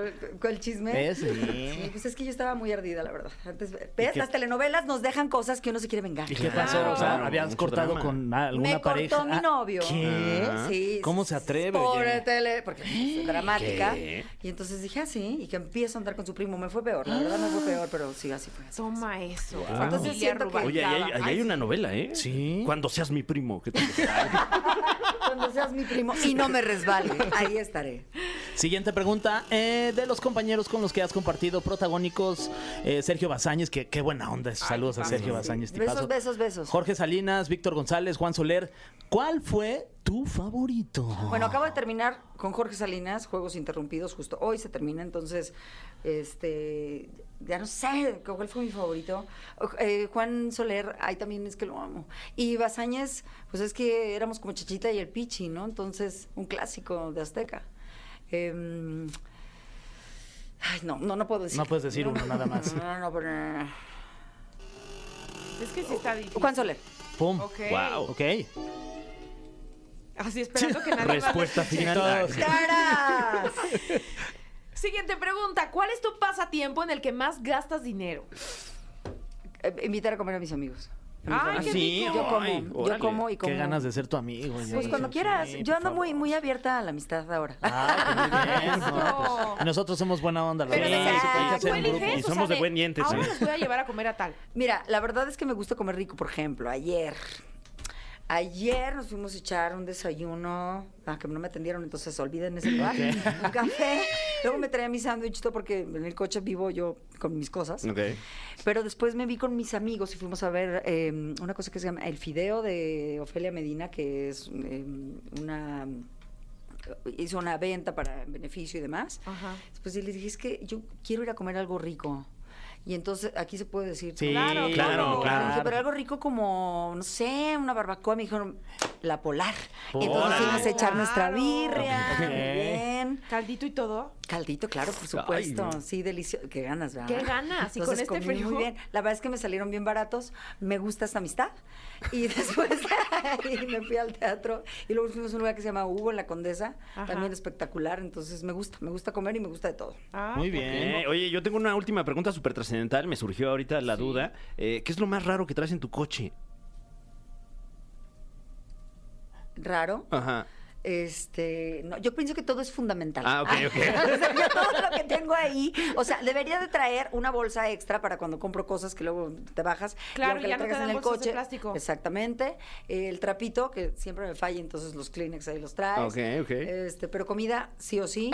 S4: ¿Cuál chisme?
S3: Ese.
S4: Sí, pues es que yo estaba muy ardida, la verdad. Antes, ¿Ves?
S3: qué-
S4: Las telenovelas nos dejan cosas que uno se quiere vengar.
S3: ¿Y qué pasó?
S1: Claro.
S3: O sea,
S2: Claro,
S3: ¿habías
S2: mucho
S3: cortado
S2: drama.
S3: con alguna
S4: Me
S3: pareja?
S4: cortó mi
S3: Ah,
S4: novio. Ah.
S3: ¿Qué?
S4: Sí.
S3: ¿Cómo se atreve?
S4: Por
S3: oye?
S4: tele, porque es dramática.
S2: ¿Qué?
S4: Y entonces dije así, y que empiezo a andar con su primo. Me fue peor, la verdad me fue peor, pero sí, así fue. Así.
S1: Toma eso.
S4: Entonces
S1: Familia
S4: siento que-
S1: rubalcaba.
S2: Oye, ahí hay, ahí hay
S1: Ay,
S2: una novela, ¿eh?
S3: Sí.
S2: Cuando seas mi primo. ¿qué tal?
S4: Cuando seas mi primo y no me resbale, ahí estaré.
S3: Siguiente pregunta. eh, de los compañeros con los que has compartido protagónicos, eh, Sergio Bazáñez, que qué buena onda. Saludos a Sergio Bazáñez.
S4: Besos,
S3: tipazo.
S4: besos, besos.
S3: Jorge Salinas, Víctor González, Juan Soler. ¿Cuál fue tu favorito?
S4: Bueno, acabo de terminar con Jorge Salinas, Juegos Interrumpidos, justo hoy se termina, entonces, este, ya no sé cuál fue mi favorito. Ojo, eh, Juan Soler, ahí también es que lo amo. Y Basáñez, pues es que éramos como Chachita y el Pichi, ¿no? Entonces, un clásico de Azteca. Em, ay, no, no, no puedo decir.
S3: No puedes decir uno, nada más.
S4: No, no, no, pero no, no, no.
S1: Es que sí está difícil.
S4: Juan Soler.
S3: Pum.
S1: Ok.
S2: Wow.
S3: Ok.
S1: Así esperando que nadie más
S2: Respuesta
S1: le escuche.
S2: final.
S3: Todos.
S4: ¡Caras!
S1: Siguiente pregunta. ¿Cuál es tu pasatiempo en el que más gastas dinero?
S4: Eh, invitar a comer a mis amigos. A mi
S1: Ay,
S4: familia.
S1: qué
S2: sí,
S1: rico.
S4: Yo como,
S2: Ay,
S4: yo
S2: órale.
S4: como y como.
S3: Qué ganas de ser tu amigo. oye.
S4: Pues cuando quieras.
S3: Sí,
S4: yo
S3: por
S4: ando muy,
S3: favor. Ah.
S4: muy abierta a la amistad ahora.
S3: Ay, qué pues bien,
S1: Eso.
S3: no, pues, nosotros somos buena onda, la
S1: Pero
S4: Sí,
S1: de
S3: verdad.
S1: que
S4: sí,
S1: ah,
S4: hay que
S1: tú
S4: hacer un grupo.
S1: eliges,
S2: Y
S1: o
S2: somos
S1: sea,
S2: de buen diente,
S1: Ahora
S2: sí.
S1: los voy a llevar a comer a tal.
S4: Mira, la verdad es que me gusta comer rico, por ejemplo, ayer. Ayer nos fuimos a echar un desayuno, ah, que no me atendieron, entonces olviden ese lugar. Un café. Luego me traía mi sándwichito porque en el coche vivo yo con mis cosas.
S2: Ok.
S4: Pero después me vi con mis amigos y fuimos a ver eh, una cosa que se llama El Fideo de Ofelia Medina, que es eh, una hizo una venta para beneficio y demás.
S1: Ajá.
S4: Después sí les Pues, dije, es que yo quiero ir a comer algo rico. Y entonces, aquí se puede decir.
S3: Sí,
S1: Claro, claro.
S3: claro,
S4: Le dije,
S3: claro.
S4: pero algo rico como, no sé, una barbacoa. Me dijeron, la polar. Y entonces
S2: Órale.
S4: fuimos a echar nuestra
S1: Claro.
S4: birria.
S3: Ok.
S4: Muy bien.
S1: Caldito y todo.
S4: Caldito, claro, por supuesto.
S2: Ay.
S4: sí, delicioso. Qué ganas, ¿verdad?
S1: Qué ganas, y con
S4: Entonces,
S1: este
S4: comí
S1: frío.
S4: Muy bien. La verdad es que me salieron bien baratos. Me gusta esta amistad. Y después y me fui al teatro. Y luego fuimos a un lugar que se llama Hugo, en la Condesa.
S1: Ajá.
S4: También espectacular. Entonces, me gusta. Me gusta comer y me gusta de todo.
S1: Ah,
S3: Muy
S1: ok.
S3: bien.
S2: Eh, oye, yo tengo una última pregunta súper trascendental. Me surgió ahorita la duda. Eh, ¿Qué es lo más raro que traes en tu coche?
S4: Raro.
S2: Ajá.
S4: Este, no, yo pienso que todo es fundamental.
S2: Ah, ok, ok.
S4: o sea, yo todo lo que tengo ahí, o sea, debería de traer una bolsa extra para cuando compro cosas que luego te bajas. y
S1: Claro,
S4: aunque
S1: ya
S4: la
S1: no te
S4: traigas
S1: dan
S4: en el
S1: bolsas de
S4: coche.
S1: plástico.
S4: Exactamente. El trapito que siempre me falla, entonces los Kleenex ahí los traes.
S2: Ok, ok.
S4: Este, pero comida sí o sí.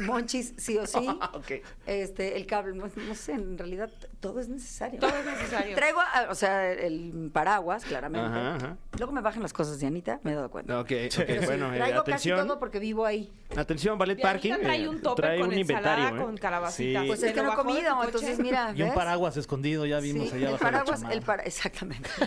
S4: Monchis sí o sí.
S2: Ok.
S4: Este, el cable, no, no sé, en realidad t- todo es necesario.
S1: Todo es necesario.
S4: Traigo, ah, o sea, el paraguas, claramente.
S2: Ajá, ajá.
S4: Luego me bajan las cosas de Anita, me he dado cuenta.
S2: Ok, ok,
S4: Pero sí,
S2: bueno, eh,
S4: traigo casi
S2: atención.
S4: todo porque vivo ahí.
S2: Atención, Ballet
S1: Y ahorita
S2: Parking.
S1: trae
S2: eh,
S1: un tope
S2: trae
S1: con
S2: un
S1: ensalada,
S2: inventario.
S1: con
S2: ¿eh?
S1: calabacita.
S3: Sí.
S4: Pues
S1: ¿Te
S4: es que
S1: lo
S4: no he
S1: bajó de tu
S4: comido,
S1: coche?
S4: entonces mira.
S3: Y un
S4: ¿ves?
S3: paraguas escondido, ya vimos
S4: Sí,
S3: allá
S4: el
S3: abajo. de la
S4: paraguas,
S3: chamarra.
S4: el para, exactamente.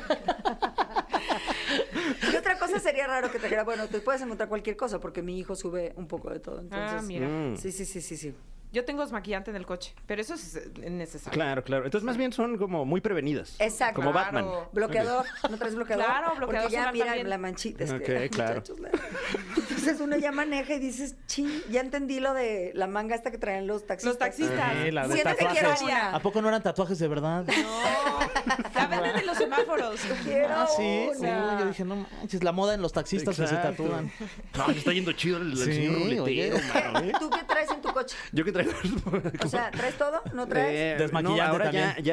S4: y otra cosa sería raro que te dijera, bueno, te puedes encontrar cualquier cosa porque mi hijo sube un poco de todo, entonces.
S1: Ah, mira.
S2: Mm.
S4: Sí, sí, sí, sí, sí.
S1: Yo tengo desmaquillante en el coche, pero eso es eh, necesario.
S2: Claro, claro. Entonces, más bien son como muy prevenidas.
S4: Exacto.
S2: Como
S1: Claro.
S2: Batman.
S4: Bloqueador, ¿no traes bloqueador?
S1: Claro, bloqueador
S4: Porque ya
S1: solar
S4: mira
S1: también.
S4: la manchita. es que,
S2: Ok,
S4: ay,
S2: claro.
S4: muchachos, la- Entonces uno ya maneja y dices, ching, ya entendí lo de la manga esta que traen los taxistas.
S1: Los taxistas.
S3: Sí, la de
S4: Siento que
S3: tatuajes.
S4: quiero una.
S3: ¿A poco no eran tatuajes de verdad?
S1: No. La venden en los semáforos.
S4: Quiero
S3: Ah, sí.
S4: una.
S3: sí, yo dije, no manches, la moda en los taxistas que se
S2: Exacto.
S3: tatúan.
S2: No, le está yendo chido el, el
S3: Sí,
S2: señor ruletero,
S3: oye.
S2: mano, ¿eh?
S4: ¿Tú qué traes en tu coche?
S2: Yo que traigo.
S4: O sea, ¿traes todo? ¿No traes?
S2: Eh,
S3: Desmaquillante
S2: no, ahora ya-
S3: también.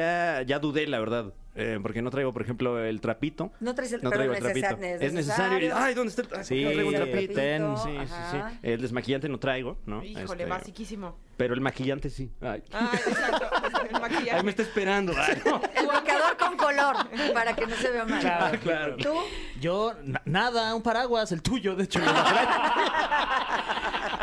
S2: Ya, ya, dudé, la verdad. eh, porque no traigo, por ejemplo, el trapito.
S4: No traes el-
S2: no
S4: pero
S2: traigo el
S4: es necesa-
S2: trapito.
S4: es
S2: Es necesario.
S4: necesario.
S2: Ay, ¿dónde está el, ay,
S3: Sí,
S2: no traigo el
S4: el
S2: trapito?
S4: trapito,
S2: Sí, sí,
S4: ajá.
S2: sí. El desmaquillante no traigo, ¿no?
S1: Híjole,
S2: Este,
S1: basiquísimo.
S2: Pero el maquillante sí. Ay.
S1: Ah, exacto. El maquillaje.
S2: Ay, me está esperando. Ay, no.
S4: El bloqueador color con color, para que no se vea mal.
S3: Claro, claro.
S4: ¿Tú?
S3: Yo, na- nada, un paraguas, el tuyo, de hecho. yo lo traigo.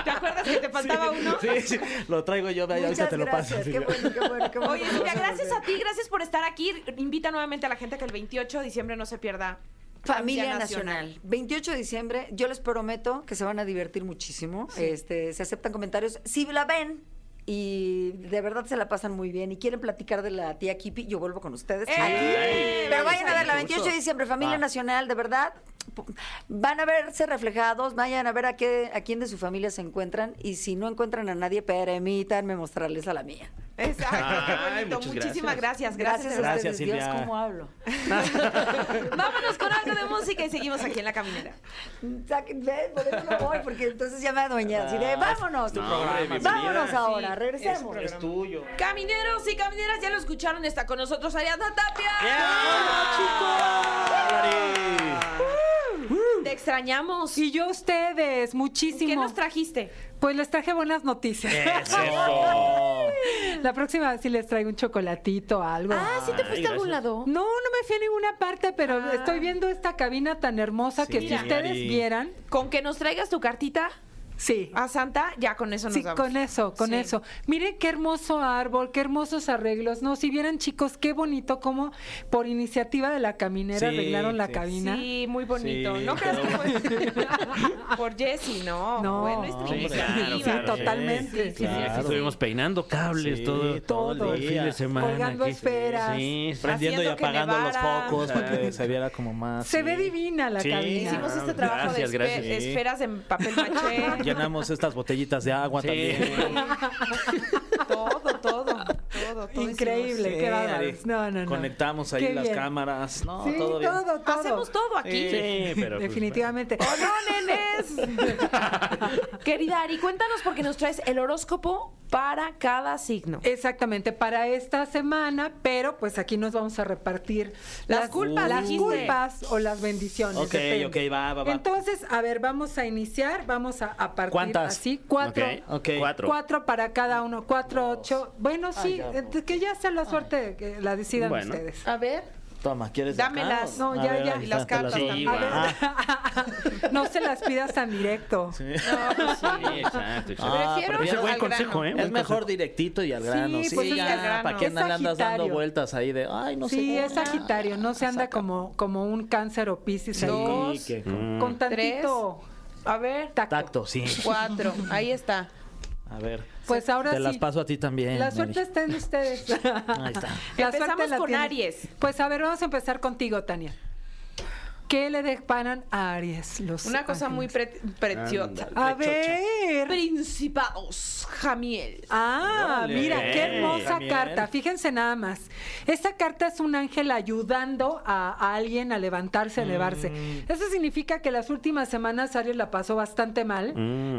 S1: ¿Te acuerdas que te faltaba uno?
S3: Sí, sí, lo traigo yo, vea, ahorita
S4: Muchas
S3: te lo paso.
S4: gracias.
S3: sí,
S4: Qué
S3: ya.
S4: bueno, qué bueno, qué bueno.
S1: Oye,
S4: que
S1: mira,
S4: nos
S1: gracias a
S4: vemos.
S1: ti, gracias por estar aquí. Invita nuevamente a la gente a que el 28 de diciembre no se pierda
S4: Familia Nacional. 28 de diciembre, yo les prometo que se van a divertir muchísimo. Este, se aceptan comentarios. Si la ven y de verdad se la pasan muy bien y quieren platicar de la tía Kipi, yo vuelvo con ustedes.
S1: ¡Eh!
S4: Aquí.
S1: Ay,
S4: Pero
S1: vamos
S4: vayan a
S1: ahí,
S4: verla,
S3: qué
S4: 28 de
S3: gusto.
S4: diciembre, Familia
S3: Va.
S4: Nacional, de verdad. pu- Van a verse reflejados, vayan a ver a, qué, a quién de su familia se encuentran y si no encuentran a nadie, permítanme mostrarles a la mía.
S1: Exacto, qué
S2: Ay,
S1: bonito.
S2: muchas
S1: Muchísimas gracias. Gracias.
S4: Gracias, a
S3: Gracias,
S4: ustedes. Dios,
S3: Silvia.
S4: ¿cómo hablo?
S1: Vámonos con algo de música y seguimos aquí en la caminera.
S4: Saquen- ve, Por eso no voy, porque entonces ya me adueñé. Así de, vámonos.
S2: No, hombre, bienvenida.
S4: vámonos ahora, regresemos.
S3: Es tuyo.
S1: Camineros y camineras, ya lo escucharon, está con nosotros Ariadna Tapia. Te extrañamos.
S6: Y yo a ustedes, muchísimo.
S1: ¿Qué nos trajiste?
S6: Pues les traje buenas noticias. La próxima vez sí les traigo un chocolatito, algo.
S1: Ah, ¿sí te fuiste a algún lado?
S6: No, no me fui a ninguna parte, pero
S1: Ah.
S6: estoy viendo esta cabina tan hermosa que si
S1: Mira.
S6: ustedes
S3: Ari.
S6: vieran,
S1: Con que nos traigas tu cartita
S6: sí.
S1: a Santa, ya con Ah, eso nos
S6: Sí,
S1: vamos.
S6: con eso, con
S1: Sí.
S6: eso. Miren qué hermoso árbol, qué hermosos arreglos. No, si vieran chicos, qué bonito como por iniciativa de la caminera
S3: Sí,
S6: arreglaron la
S3: sí.
S6: cabina.
S1: Sí, muy bonito.
S3: Sí,
S1: no creas que
S3: quedó
S1: fue por Jessy, no.
S6: No,
S1: bueno, es
S6: hombre,
S1: iniciativa.
S2: sí, claro,
S6: totalmente, sí, sí,
S2: Sí, aquí estuvimos peinando cables
S3: Sí,
S2: todo,
S3: todo
S2: todo
S3: el
S2: el
S3: día.
S2: fin de semana.
S6: Colgando
S2: aquí.
S6: esferas.
S2: Sí, sí.
S3: Prendiendo y
S1: Haciendo que
S3: apagando los
S1: nevara.
S3: focos para que
S2: Exacto.
S3: se viera como más.
S6: Se
S3: sí.
S6: ve divina la
S3: Sí.
S6: cabina.
S1: Hicimos este trabajo
S2: Gracias,
S1: de espe-
S2: gracias.
S1: de esferas en papel maché.
S3: Llenamos estas botellitas de agua
S2: Sí.
S3: también.
S1: todo, todo, todo, todo. hicimos.
S6: Increíble,
S3: Sí,
S6: qué
S3: Ari.
S6: bárbaros. No, no, no.
S3: Conectamos ahí
S6: Qué
S3: las
S6: bien.
S3: cámaras. No,
S6: sí,
S3: todo bien.
S6: todo, todo.
S1: Hacemos todo aquí.
S2: Sí, pero pues,
S6: Definitivamente.
S1: ¡Oh, no, nenes! Querida Ari, cuéntanos porque nos traes el horóscopo para cada signo.
S6: Eh, Exactamente, para esta semana, pero pues aquí nos vamos a repartir
S1: Las culpas,
S6: las
S1: dijiste.
S6: culpas o las bendiciones.
S3: Ok,
S6: depende.
S3: ok, va, va, va.
S6: Entonces, a ver, vamos a iniciar, vamos a, a partir
S3: ¿Cuántas?
S6: así, cuatro.
S2: ok,
S3: Ok.
S2: Cuatro.
S6: Cuatro para cada uno, cuatro, ocho. Bueno, sí, eh, que ya sea la suerte, que la decidan
S2: Bueno.
S6: ustedes.
S1: A ver.
S3: Toma, ¿quieres de acá
S1: Dámelas.
S3: o-
S6: No,
S3: A
S6: ya,
S3: ver,
S6: ya.
S3: ahí
S6: Y
S3: está,
S1: las
S3: te Ah,
S1: cartas
S3: doy.
S2: también.
S6: A ver, no se las pidas tan directo.
S2: Sí, exacto, exacto.
S3: Ah,
S1: Prefiero
S2: pero ese buen
S1: al
S2: consejo,
S1: grano.
S2: ¿eh?
S3: pues, Es
S2: Buen
S3: mejor directito y al
S6: Sí,
S3: grano. Sí,
S6: pues es que al
S3: ya,
S1: grano.
S3: ¿para qué
S6: Es
S3: no le andas dando
S6: Sagitario.
S3: vueltas ahí de, ay, no sé.
S6: sí,
S3: cómo".
S6: es Sagitario, no se anda como, como un cáncer o piscis ahí con,
S3: Sí, que-
S6: con tantito
S1: A ver.
S6: tacto.
S3: Tacto, sí.
S1: Cuatro. Ahí está.
S3: A ver.
S6: Pues ahora
S3: Te
S6: sí.
S3: las paso a ti también.
S6: La suerte
S3: Mary.
S6: está en ustedes.
S3: Ahí está.
S6: La
S1: Empezamos
S6: suerte la
S1: con
S6: tienes.
S1: Aries.
S6: Pues a ver, vamos a empezar contigo, Tania. ¿Qué le deparan a Aries? Los
S1: Una cosa muy
S6: ángeles?
S1: pre- preciosa.
S6: A ver.
S1: Principados, Jamiel.
S6: Ah,
S3: Órale.
S6: mira, qué hermosa
S3: También.
S6: carta. Fíjense nada más. Esta carta es un ángel ayudando a, a alguien a levantarse, a elevarse. Eso significa que las últimas semanas Aries la pasó bastante mal,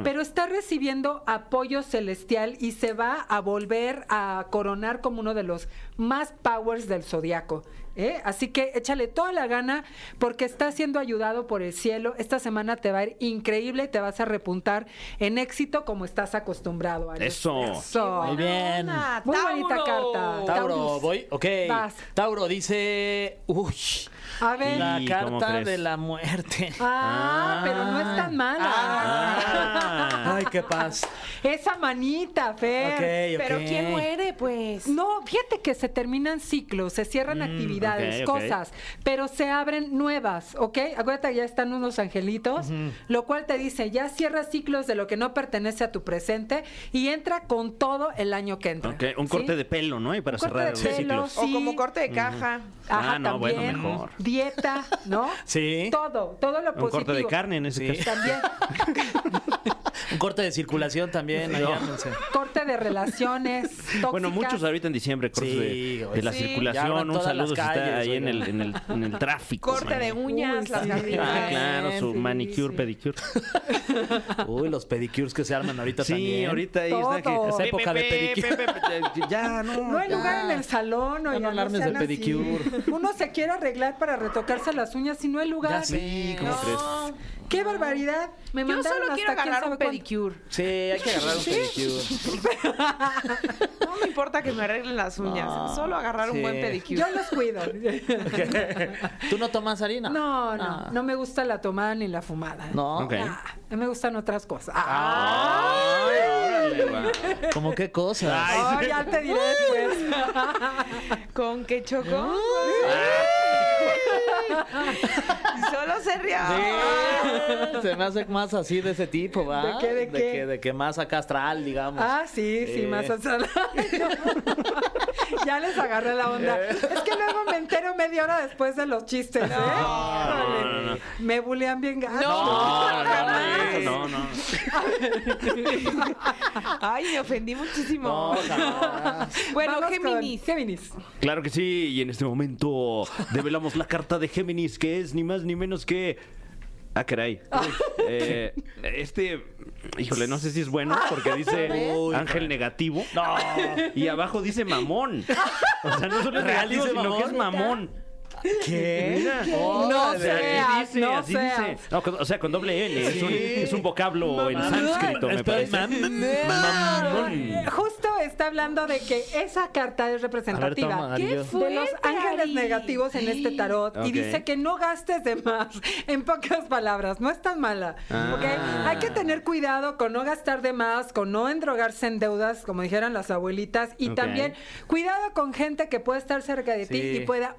S6: pero está recibiendo apoyo celestial y se va a volver a coronar como uno de los más powers del zodiaco. ¿eh? Así que échale toda la gana porque está siendo ayudado por el cielo. Esta semana te va a ir increíble, te vas a repuntar en éxito como estás acostumbrado. Aries.
S2: Eso.
S6: Eso.
S3: Muy bien.
S6: Muy bonita carta.
S3: Tauro,
S6: Taurus.
S3: voy. Ok.
S6: Vas.
S3: Tauro dice. Uy.
S6: A ver.
S3: La
S2: ¿Y cómo
S3: carta
S2: crees?
S3: de la muerte.
S6: Ah, pero no es tan mala.
S3: Ah. Ay, qué paz.
S6: Esa manita,
S3: Ok,
S6: Fer.
S3: ok.
S1: Pero ¿quién muere, pues?
S6: No, fíjate que se terminan ciclos, se cierran actividades,
S2: Mm, ok, ok.
S6: cosas, pero se abren nuevas, ¿ok? Acuérdate, que ya están unos angelitos, lo cual te dice, ya cierra ciclos de lo que no pertenece a tu presente y entra con todo el año que entra.
S2: Ok, un corte
S6: ¿sí?
S2: de pelo, ¿no? Y para
S6: Un corte
S2: cerrar
S6: de
S2: los
S6: pelo,
S2: ciclos.
S1: O
S6: sí.
S1: como corte de caja.
S6: Ajá,
S2: Ah, no, bueno,
S6: también.
S2: mejor.
S6: Dieta, ¿no?
S3: Sí.
S6: Todo, todo lo
S2: Un
S6: positivo.
S2: corte de carne en ese
S3: Sí.
S2: caso.
S6: También.
S3: Un corte de circulación también. ahí
S2: No.
S3: ándrense.
S6: corte de relaciones tóxicas.
S2: Bueno, muchos ahorita en diciembre, cortes
S3: Sí,
S2: de,
S3: oye,
S2: de la
S1: sí.
S3: Ya
S2: circulación,
S3: abran
S2: un
S3: todas
S2: saludo si
S3: las
S2: está
S3: calles,
S2: ahí en el,
S3: oiga.
S2: en, el, en el tráfico.
S1: Corte
S2: man.
S1: de uñas,
S6: Uy,
S1: las
S6: sí.
S2: Ah,
S1: garritas.
S2: claro, su
S6: Sí,
S2: manicure,
S6: sí.
S2: pedicure.
S3: Uy, los pedicures que se arman ahorita también.
S2: ahí
S6: Todo.
S3: Es época de pedicure.
S2: Ya, no.
S6: No hay
S2: ya.
S6: lugar en el salón, oigan,
S3: no alarmes
S6: sean
S3: del
S6: así.
S3: pedicure.
S6: Uno se quiere arreglar para retocarse las uñas y no hay lugar.
S3: Ya sé, ¿cómo
S1: No.
S3: crees?
S6: ¡Qué barbaridad! Me
S1: Yo
S6: mandaron
S1: solo
S6: hasta
S1: quiero
S6: quién
S1: agarrar un
S6: sabe cuánto.
S1: pedicure.
S3: Sí, hay que agarrar un pedicure.
S1: No me importa que me arreglen las uñas,
S3: No,
S1: solo agarrar
S3: Ah, sí.
S1: un buen pedicure.
S6: Yo los cuido.
S3: ¿Tú no tomas harina?
S6: No, no,
S3: Ah.
S6: no me gusta la tomada ni la fumada.
S3: No.
S2: Ok.
S6: Ah, me gustan otras cosas.
S2: Órale, va.
S3: ¿Cómo qué cosa?
S2: Ay,
S6: Oh,
S2: sí.
S6: ya te diré después.
S1: ¿Con qué chocó? Solo se rió.
S3: Sí, se me hace más así de ese tipo, ¿va?
S6: Ah. ¿De qué, de qué?
S3: que, de que más acá astral, digamos.
S6: Ah, sí, sí,
S3: Eh.
S6: más astral. ya les agarré la onda.
S2: Eh.
S6: Es que luego me entero media hora después de los chistes, ¿eh? Híjole,
S2: no, no, no.
S6: Me bulean bien gacho.
S2: No, no,
S1: Jamás.
S2: no, no.
S1: Ay, me ofendí muchísimo.
S3: No, jamás.
S1: Bueno,
S6: Vamos con
S1: Géminis.
S6: Géminis.
S2: Claro que sí, y en este momento develamos la carta de Géminis, que es ni más ni menos que. Ah, caray. Eh, este, híjole, no sé si es bueno porque dice
S3: Uy,
S2: ángel negativo. No. Y abajo dice mamón. O sea, no solo es
S3: ¿Real
S2: negativo,
S3: dice
S2: sino que es
S3: mamón?
S2: mamón.
S3: ¿Qué?
S2: Mira.
S6: No
S2: Así
S6: seas,
S2: dice,
S6: no
S2: así dice.
S6: seas.
S2: No, con- o sea, con doble L. Es, un,
S3: Sí.
S2: es un vocablo en sánscrito, me
S3: Estoy
S2: parece.
S6: Eh, Justo está hablando de que esa carta es representativa
S3: toma, Ariel.
S6: de los ángeles
S1: Ari!
S6: negativos en este tarot y
S2: Ok.
S6: dice que no gastes de más. En pocas palabras, no es tan mala.
S2: Ah.
S6: ¿ok? Hay que tener cuidado con no gastar de más, con no endrogarse en deudas, como dijeron las abuelitas, y
S2: Ok.
S6: también cuidado con gente que pueda estar cerca de ti
S3: Sí.
S6: y pueda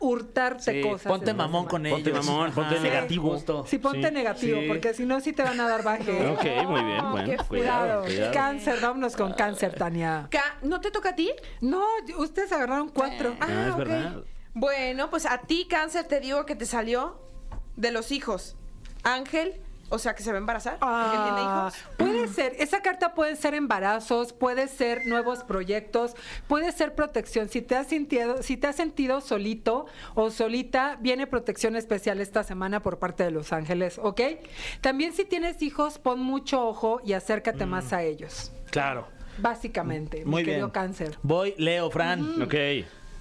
S3: Sí,
S6: hurtarte cosas.
S3: ponte
S6: en las
S3: mamón
S6: demás.
S3: con ellos.
S2: Ponte mamón, ponte
S3: Ajá,
S2: negativo.
S3: justo.
S6: Sí, ponte
S2: Sí.
S6: negativo,
S3: Sí.
S6: porque si no, sí te van a dar baje.
S2: Ok, muy bien. Bueno,
S1: qué
S2: cuidado,
S6: Cuidado,
S2: cuidado.
S6: cáncer, vámonos con cáncer, Tania.
S1: Ca- ¿No te toca a ti?
S6: No, ustedes agarraron cuatro.
S2: Ah, es
S1: ok.
S2: verdad.
S1: Bueno, pues a ti, cáncer, te digo que te salió de los hijos. Ángel, o sea, que se va a embarazar. porque tiene
S6: Ah,
S1: hijos.
S6: puede ser, esa carta puede ser embarazos, puede ser nuevos proyectos, puede ser protección. Si te has sentido, si te has sentido solito o solita, viene protección especial esta semana por parte de Los Ángeles, ¿ok? También si tienes hijos, pon mucho ojo y
S2: Mm.
S6: acércate más a ellos.
S3: Claro.
S6: Básicamente,
S3: Muy
S6: mi querido
S3: bien.
S6: cáncer.
S3: Voy, Leo, Fran.
S2: Ok.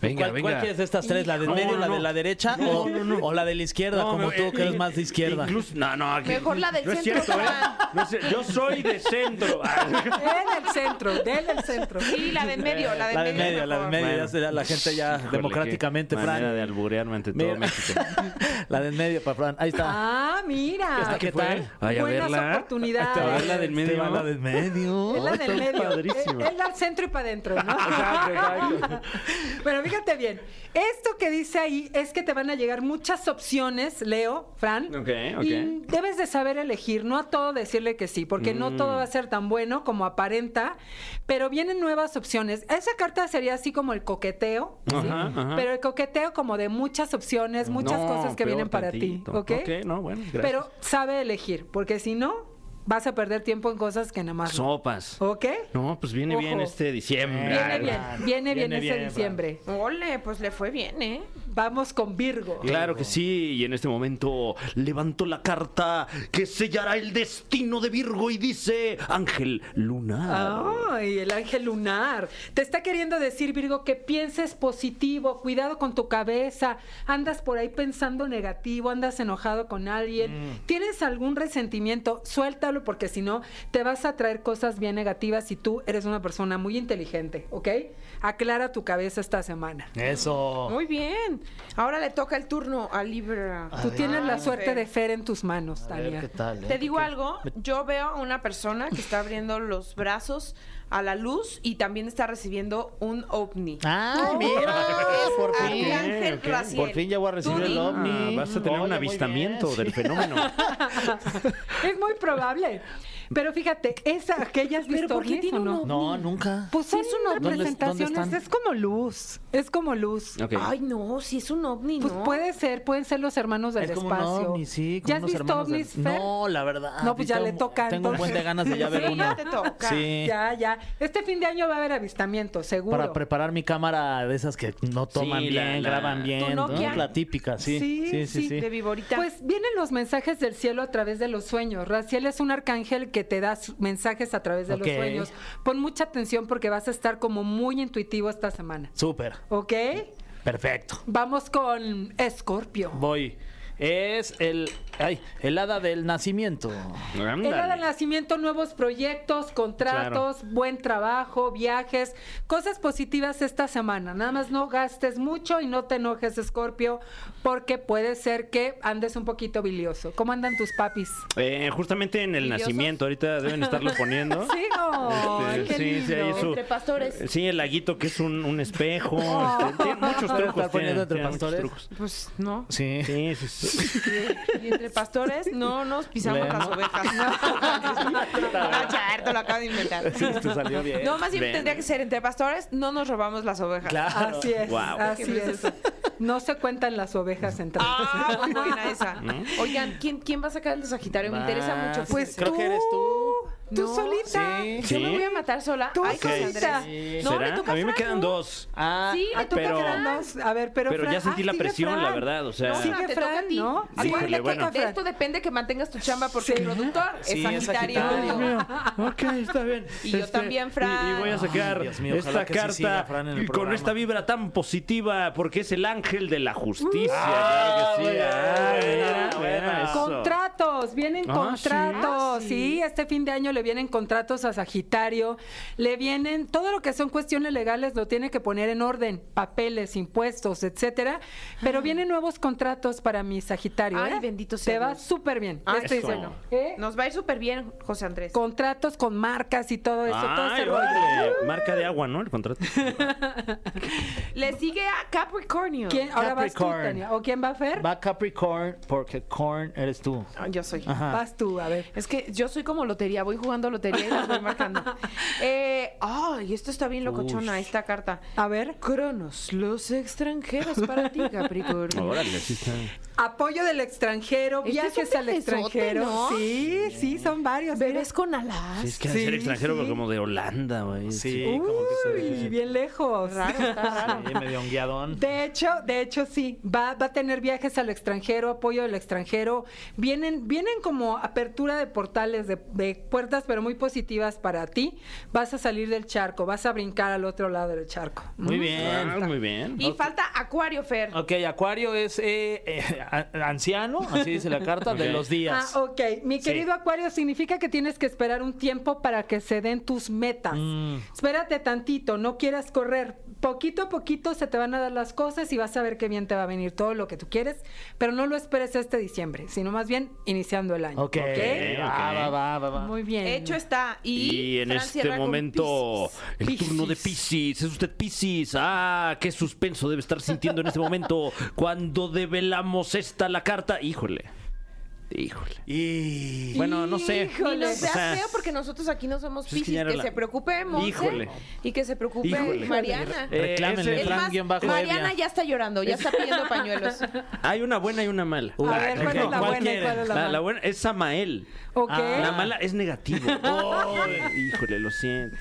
S2: Venga,
S3: ¿Cuál,
S2: venga.
S3: cuál quieres de estas tres? ¿La del
S2: No,
S3: medio,
S2: no,
S3: la
S2: no.
S3: de la derecha o, o la de la izquierda?
S2: No,
S3: como
S2: no,
S3: tú,
S2: eh,
S3: que eres más de izquierda.
S2: Incluso, no, no, aquí-
S1: Mejor la del
S2: no
S1: centro,
S2: Es cierto, ¿eh?
S1: Fran.
S2: No es cier- yo soy de centro. Ah,
S6: Del centro, del centro.
S1: Sí, la de en medio, la de en
S3: La de
S1: medio.
S3: medio,
S1: es
S3: la de en
S1: mejor.
S3: medio.
S2: Bueno.
S3: Ya será la gente ya
S2: híjole,
S3: democráticamente,
S2: qué Manera
S3: Fran.
S2: de alburearme ante todo
S3: Mira.
S2: México.
S3: La de en medio para Fran. Ahí está.
S6: Ah, mira.
S3: ¿Está qué tal?
S2: Ay, a
S6: Buenas
S2: verla.
S6: oportunidades.
S2: A ver la del medio.
S3: Este va la del Oh, medio.
S6: Es la del
S2: Está
S6: medio.
S2: padrísimo.
S6: Es, es la al centro y para adentro, ¿no? bueno, fíjate bien. Esto que dice ahí es que te van a llegar muchas opciones, Leo, Fran.
S2: Ok, ok.
S6: Y debes de saber elegir, no a todo decirle que sí, porque
S2: Mm.
S6: no todo va a ser tan bueno como aparenta, pero vienen nuevas opciones. Esa carta sería así como el coqueteo, ¿sí?
S2: Ajá, ajá.
S6: pero el coqueteo como de muchas opciones, muchas
S2: No,
S6: cosas que
S2: peor
S6: vienen para
S2: tantito.
S6: ti, ¿ok?
S2: Ok, no, bueno, gracias.
S6: Pero sabe elegir, porque si no, vas a perder tiempo en cosas que nada más. no.
S2: Sopas.
S6: ¿Ok?
S2: No, pues viene
S6: Ojo.
S2: bien este diciembre.
S6: Viene
S2: Ay,
S6: bien,
S3: Fran.
S6: viene bien
S3: Viene
S6: ese
S3: bien,
S6: diciembre.
S1: Ole, pues le fue bien, ¿eh?
S6: Vamos con Virgo.
S2: Claro que sí, y en este momento levanto la carta que sellará el destino de Virgo y dice Ángel Lunar.
S6: Ay, el ángel lunar. Te está queriendo decir, Virgo, que pienses positivo, cuidado con tu cabeza. Andas por ahí pensando negativo, andas enojado con
S2: Mm.
S6: alguien. Tienes algún resentimiento, suéltalo porque si no, te vas a traer cosas bien negativas y tú eres una persona muy inteligente, ¿ok? Aclara tu cabeza esta semana.
S3: Eso.
S1: Muy bien. Ahora le toca el turno a Libra.
S6: Tú tienes la
S1: Ay,
S6: suerte
S1: Fer.
S6: de Fer en tus manos,
S3: Ah, A ver
S6: Tania.
S3: qué tal. ¿eh?
S1: Te digo algo, yo veo a una persona que está abriendo los brazos a la luz y también está recibiendo un ovni.
S3: Ay, mira. Por fin.
S1: Arcángel
S2: ok.
S1: Raziel.
S3: Por fin ya voy a recibir
S1: Tú di-
S3: el ovni.
S2: Ah, vas a tener
S3: Oye,
S2: un
S3: muy
S2: avistamiento
S3: bien,
S2: del
S3: sí.
S2: fenómeno.
S3: Ah.
S6: Es muy probable. Pero fíjate, esa, aquellas
S1: Pero ¿por qué
S6: listornis,
S1: tiene
S6: ¿o no?
S1: un
S3: No, nunca.
S6: Pues son
S1: Sí, es un ovni.
S3: ¿Dónde- dónde
S6: representaciones,
S3: están?
S6: es como luz, es como luz.
S2: Ok.
S1: Ay, no, si es un ovni,
S6: Pues
S1: ¿no?
S6: puede ser, pueden ser los hermanos del
S3: Es como un
S6: espacio.
S3: ovni, sí, como
S6: ¿Ya has
S3: unos
S6: visto
S3: hermanos del-
S6: ovnis, Fer?
S3: No, la verdad.
S6: No, pues ya
S3: tengo-
S6: le toca,
S3: Tengo un buen de
S6: entonces.
S3: ganas de ya ver
S1: Sí,
S3: uno.
S1: ya te toca.
S3: Sí.
S6: Ya, ya. Este fin de año va a haber avistamientos, seguro.
S3: Para preparar mi cámara de esas que no toman
S2: Sí, la-
S3: bien,
S2: la-
S3: graban
S2: ¿Tu
S3: bien, ¿no?
S1: Nokia?
S3: la típica, sí.
S6: Sí,
S3: Sí, sí,
S6: sí,
S3: sí.
S1: De viborita.
S6: Pues vienen los mensajes del cielo a través de los sueños. Raciel es un arcángel que te da su- mensajes a través de
S3: Ok.
S6: los sueños. Pon mucha atención porque vas a estar como muy intuitivo esta semana.
S3: Súper,
S6: ¿Ok?
S3: perfecto.
S6: Vamos con Escorpio.
S3: Voy. es el, ay, el hada del nacimiento.
S6: El Hada del nacimiento, nuevos proyectos, contratos, buen trabajo, viajes, cosas positivas esta semana. Nada más no gastes mucho y no te enojes, Scorpio, porque puede ser que andes un poquito bilioso. ¿Cómo andan tus papis?
S2: Eh, justamente en el
S6: ¿Envidiosos?
S2: nacimiento, ahorita deben estarlo poniendo.
S6: Sí, no.
S2: Este,
S6: qué
S2: sí, sí,
S6: lindo.
S2: ahí su-
S7: Entre pastores.
S2: eh, sí, el laguito que es un, un espejo.
S6: Oh.
S2: este, tiene muchos
S3: Estar
S2: trucos.
S3: poniendo
S2: tiene, tiene
S3: entre
S2: muchos
S3: pastores.
S2: trucos.
S1: Pues no.
S3: Sí.
S2: Sí, sí, sí.
S1: Y entre pastores no nos pisamos
S3: Bueno.
S1: las ovejas. No, no cierto, lo acabo de inventar.
S3: Sí, te salió bien.
S1: No, más bien
S2: Ven.
S1: tendría que ser entre pastores, no nos robamos las ovejas.
S3: Claro.
S6: Así es,
S2: Guau.
S6: así
S1: Siempre
S6: es.
S1: es eso.
S6: No se cuentan las ovejas entre
S1: Ah, muy buena esa. Oigan, ¿quién, ¿quién va a sacar el de Sagitario? Me interesa
S3: Vas.
S1: mucho.
S6: Pues
S3: creo
S6: tú.
S3: que eres tú.
S6: Tú
S1: No,
S6: solita.
S3: sí.
S1: Yo me
S2: ¿Sí?
S1: voy a matar sola.
S6: Tú
S1: Ay, José
S6: solita.
S1: Andrés.
S3: Sí.
S1: No, le
S2: ¿Será?
S1: toca
S2: A mí me
S1: Fran,
S2: quedan
S1: ¿no?
S2: dos.
S3: Ah,
S1: Sí,
S6: Ah,
S1: le toca
S2: pero-
S1: a Fran.
S6: Quedan dos. A ver, pero. ah,
S2: Pero ya sentí la presión, la verdad, o sea.
S1: No,
S2: Sí,
S1: Fran,
S6: que
S1: te toca a
S6: Fran,
S1: ti.
S6: ¿no?
S2: Sí,
S1: Acuérdate
S2: híjole, bueno.
S1: que de esto depende que mantengas tu chamba porque el productor
S3: Sí,
S1: es
S3: es
S1: Sagitario.
S3: Sagitario.
S2: Ok, está bien.
S1: Y
S3: Este,
S1: yo también, Fran.
S2: Y, y voy a sacar
S3: Ay, Dios mío, ojalá
S2: esta
S3: que sí
S2: carta
S3: siga Fran en el
S2: y con
S3: programa.
S2: esta vibra tan positiva, porque es el ángel de la justicia.
S3: Ah,
S2: claro que sí.
S3: buena,
S2: Ah,
S3: buena,
S2: mira,
S3: buena.
S2: mira eso.
S6: Contratos, vienen
S2: Ah,
S6: contratos,
S1: sí.
S6: ¿sí? este fin de año le vienen contratos a Sagitario, le vienen todo lo que son cuestiones legales lo tiene que poner en orden, papeles, impuestos, etcétera, pero vienen nuevos contratos para mi Sagitario.
S1: Ah. Ay,
S6: ¿eh?
S1: bendito sea
S6: Te va
S1: Dios.
S6: súper bien.
S1: Ay,
S6: te estoy
S2: eso.
S6: diciendo, ¿eh?
S1: Nos va a ir súper bien, José Andrés.
S6: Contratos con marcas y todo eso, todo
S1: este
S6: ese
S2: Ay,
S6: rollo.
S2: órale. Marca de agua, ¿no? El contrato.
S1: Le sigue a Capricornio.
S6: ¿Quién? Ahora vas tú,
S3: Capricorn.
S6: Tania. ¿O quién va a Fer?
S3: Va Capricorn porque Corn eres tú.
S1: Ah, yo soy.
S6: Vas tú, a ver.
S1: Es que yo soy como lotería, voy jugando lotería y las voy marcando. Eh, Ay, esto está bien locochona, esta carta.
S6: A ver.
S1: Cronos, los extranjeros para ti, Capricornio.
S2: Órale, sí está.
S6: Apoyo del extranjero,
S1: Este es un
S6: viajes al
S1: viajezote,
S6: extranjero.
S1: ¿no?
S6: Sí, sí, son varios.
S1: Bebés con alas.
S2: Sí, es que ha de ser
S6: Sí,
S2: extranjero,
S6: sí.
S2: pero como de Holanda, güey.
S3: Sí,
S6: Uy,
S3: como que se
S6: bien lejos.
S1: Raro, está raro.
S3: Sí, medio un guiadón.
S6: De hecho, de hecho sí, va, va a tener viajes al extranjero, apoyo del extranjero. Vienen, vienen como apertura de portales, de, de puertas, pero muy positivas para ti. Vas a salir del charco, vas a brincar al otro lado del charco.
S3: Muy
S6: Mm.
S2: Ah,
S3: bien.
S2: muy bien.
S1: Y falta Acuario, Fer.
S3: Ok, Acuario es eh, eh, a- anciano, así dice la carta, de
S2: Ok.
S3: los días.
S6: Ah, ok. Mi querido Acuario, significa que tienes que esperar un tiempo para que se den tus metas.
S3: Mm.
S6: Espérate tantito, no quieras correr. Poquito a poquito se te van a dar las cosas y vas a ver qué bien te va a venir todo lo que tú quieres, pero no lo esperes este diciembre, sino más bien iniciando el año.
S3: Ok, va,
S2: ok.
S3: va, va, va, va.
S6: Muy bien.
S1: Hecho está. Y,
S2: Y en
S1: Fran
S2: este
S1: cierra con
S2: momento,
S1: Piscis.
S2: el turno de
S1: Piscis.
S2: Piscis. Es usted Piscis. Ah, qué suspenso debe estar sintiendo en este momento cuando develamos esta la carta. Híjole. Híjole.
S3: Y...
S2: Bueno, no sé.
S6: Híjole.
S1: Y no sea
S2: O sea,
S1: feo porque nosotros aquí no somos
S2: pues es que
S1: Piscis.
S2: ya
S1: Que,
S2: era la-
S1: se preocupe Monse
S2: Híjole.
S1: y que se preocupe
S2: Híjole.
S1: Mariana.
S2: Eh,
S3: Reclámenle,
S2: ese-
S1: Es
S3: Fran,
S1: más,
S3: guión bajo,
S1: Mariana
S3: Evia.
S1: ya está llorando, ya está pidiendo pañuelos.
S2: Hay una buena y una mala.
S6: A ver, ¿cuál
S3: ok.
S6: es la
S3: ¿Cuál
S6: buena y
S3: quieren?
S6: cuál es la
S2: La,
S6: mala?
S2: la buena es Samael.
S6: Ok.
S2: La mala es negativo. Híjole, lo siento.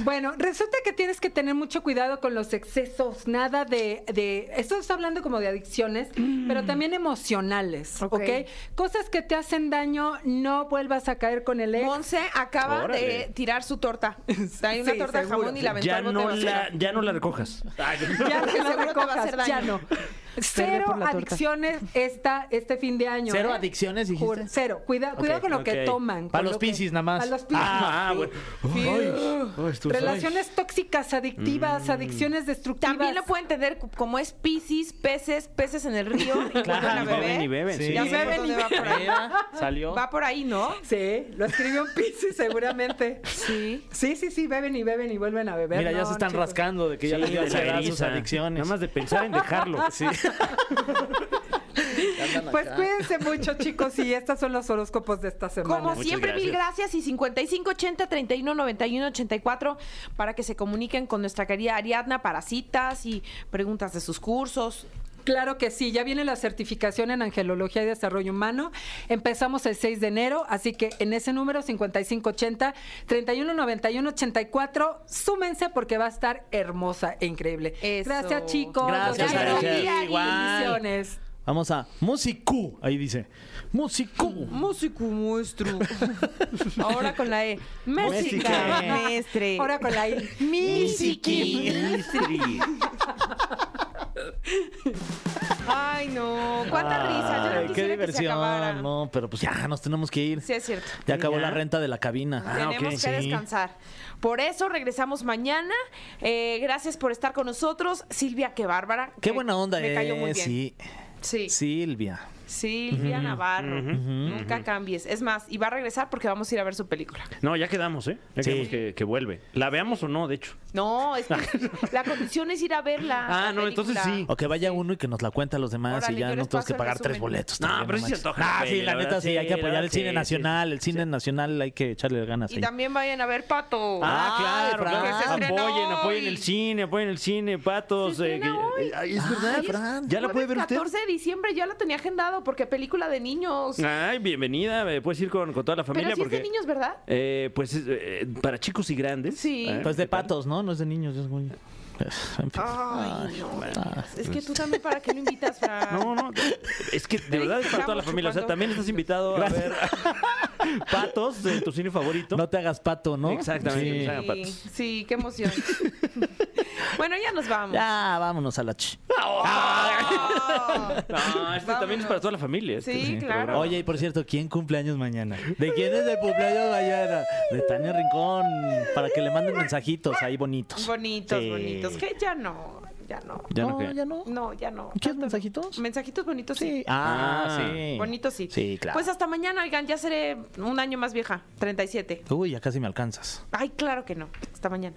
S6: Bueno, resulta que tienes que tener mucho cuidado con los excesos, nada de, de esto está hablando como de adicciones, pero también emocionales,
S1: Ok.
S6: ¿ok? Cosas que te hacen daño, no vuelvas a caer con el ex.
S1: Monse acaba de
S2: Órale.
S1: tirar su torta. Trae una
S6: Sí,
S1: torta de
S6: seguro.
S1: jamón y la aventó
S2: Ya
S1: al bote de
S2: no
S1: basura.
S2: la, ya no la recojas.
S6: Ya no
S1: Seguro
S6: lo
S1: te va a
S6: recojas,
S1: hacer daño.
S6: ya no.
S1: por
S6: Cero
S1: la torta.
S6: adicciones esta, este fin de año.
S3: ¿Cero
S6: ¿eh?
S3: adicciones, dijiste?
S6: Juro, Cero. Cuida, cuidado con lo que
S2: ok.
S6: toman.
S3: Para
S6: con
S3: los
S6: lo que-
S3: piscis nada más.
S6: Para los piscis.
S2: Ah, bueno.
S6: Relaciones tóxicas, adictivas,
S3: Mm.
S6: adicciones destructivas.
S1: También lo pueden entender cu- como es piscis, peces, peces en el río. y vuelven a
S2: Y beben
S1: beber.
S2: y beben.
S3: Sí.
S2: sí.
S1: Ya saben y va por ahí.
S3: Mira, salió.
S1: Va por ahí, ¿no?
S6: Sí, lo escribió un piscis seguramente.
S1: Sí.
S6: Sí, sí, sí, beben y beben y vuelven a beber.
S3: Mira, ya
S6: No,
S3: se están
S6: chicos.
S3: rascando de que ya les
S2: Sí,
S3: dio
S2: de la
S3: ansiedad sus
S2: eriza.
S3: adicciones.
S2: Nada más de pensar en dejarlo.
S3: Sí.
S6: Pues cuídense mucho, chicos, y estos son los horóscopos de esta semana.
S1: Como
S2: Muchas
S1: siempre, mil
S2: gracias.
S1: gracias y 5580 31 91 84 para que se comuniquen con nuestra querida Ariadna para citas y preguntas de sus cursos.
S6: Claro que sí, ya viene la certificación en Angelología y Desarrollo Humano. Empezamos el 6 de enero, así que en ese número 5580 84 súmense porque va a estar hermosa e increíble.
S1: Eso.
S6: Gracias, chicos.
S3: Gracias,
S6: Los quiero.
S3: Ariel.
S6: Y
S3: Igual.
S6: bendiciones.
S3: Vamos a Musicú. Ahí dice. Musicú.
S1: Músico maestro. Ahora con la E.
S2: Música.
S1: Música maestre.
S6: Ahora con la I.
S2: Misiri.
S1: Ay, no. ¿Cuándo cuántas risas. Yo no
S3: Ay,
S1: quisiera que se acabara.
S3: No, pero pues ya nos tenemos que ir.
S1: Sí, es cierto.
S3: Ya acabó
S2: ¿Ya?
S3: la renta de la cabina.
S2: Ah,
S1: Tenemos
S2: ok.
S1: que
S3: Sí.
S1: descansar. Por eso regresamos mañana. Eh, gracias por estar con nosotros. Silvia, qué bárbara.
S3: Qué
S1: Me-
S3: buena onda,
S1: Me cayó muy
S3: eh,
S1: bien.
S3: sí.
S1: Sí.
S3: Silvia.
S1: Silvia Navarro. Nunca cambies. Es más, y va a regresar porque vamos a ir a ver su película.
S2: No, ya quedamos, ¿eh? Ya
S3: Sí.
S2: quedamos que, que vuelve. La veamos o no, de hecho.
S1: No, es que la condición es ir a verla.
S2: Ah,
S1: la
S2: no, entonces
S1: película.
S2: sí.
S3: O que vaya uno y que nos la cuente a los demás
S1: Órale,
S3: y ya
S1: yo
S3: no
S1: les
S3: tenemos
S1: paso
S3: que
S1: el
S3: pagar tres
S1: resumen.
S3: boletos.
S2: No,
S3: también,
S2: pero sí se
S3: manches.
S2: antoja la
S3: Ah, sí,
S2: peli,
S3: la
S2: la
S3: neta
S2: verdad,
S3: sí, hay que
S2: sí, la
S3: apoyar el
S2: verdad,
S3: cine
S2: sí,
S3: nacional. El cine nacional hay que echarle ganas.
S1: Y
S3: ahí.
S1: también vayan a ver Pato.
S2: Ah,
S3: Ah,
S2: claro,
S3: Fran.
S2: claro.
S3: Que se
S1: Pues estrenó
S2: apoyen, apoyen
S1: hoy.
S2: el cine, apoyen el cine, patos. eh,
S1: Se estrena hoy.
S2: ay, es
S3: Ah,
S2: verdad,
S3: Fran.
S2: ¿Ya la puede
S1: Jueves
S2: ver usted?
S1: 14 de diciembre ya la tenía agendado porque película de niños.
S2: Ay, bienvenida, eh, puedes ir con, con toda la familia
S1: Pero sí
S2: porque.
S1: es de niños, ¿verdad?
S2: eh, pues es, eh, para chicos y grandes.
S1: Sí.
S2: ¿eh?
S3: Pues de patos, ¿no? No es de niños, es muy- pues, En
S1: Ah.
S3: fin.
S1: Ay, no. Es que tú
S3: Pues
S1: también, ¿para qué lo invitas, Fran?
S2: No, no, es que de
S1: Pero
S2: verdad
S1: es
S2: es
S1: que
S2: para toda la
S1: estamos
S2: familia. O sea,
S1: chupando.
S2: también estás invitado a ver patos de tu cine favorito.
S3: No te hagas pato, ¿no?
S2: Exactamente,
S3: Sí.
S2: o sea,
S1: Sí, sí, qué emoción. bueno, ya nos vamos.
S3: Ya, vámonos a la ch.
S1: Oh.
S2: No, este también es para toda la familia. este,
S1: Sí, claro.
S2: programa.
S3: Oye, y por cierto, ¿quién cumpleaños mañana? ¿De quién es el cumpleaños mañana? De Tania Rincón, para que le manden mensajitos ahí bonitos.
S1: Bonitos,
S3: Sí.
S1: bonitos. Que ya no, ya no.
S2: Ya no
S3: no,
S2: qué.
S3: ya no.
S1: No, ya no.
S3: ¿Quieres mensajitos?
S1: Mensajitos bonitos, sí.
S3: Ah,
S2: Ah.
S3: sí.
S1: Bonitos, sí.
S3: Sí, claro.
S1: Pues hasta mañana, oigan, ya seré un año más vieja, 37.
S3: Uy, ya casi me alcanzas.
S1: Ay, claro que no. Hasta mañana.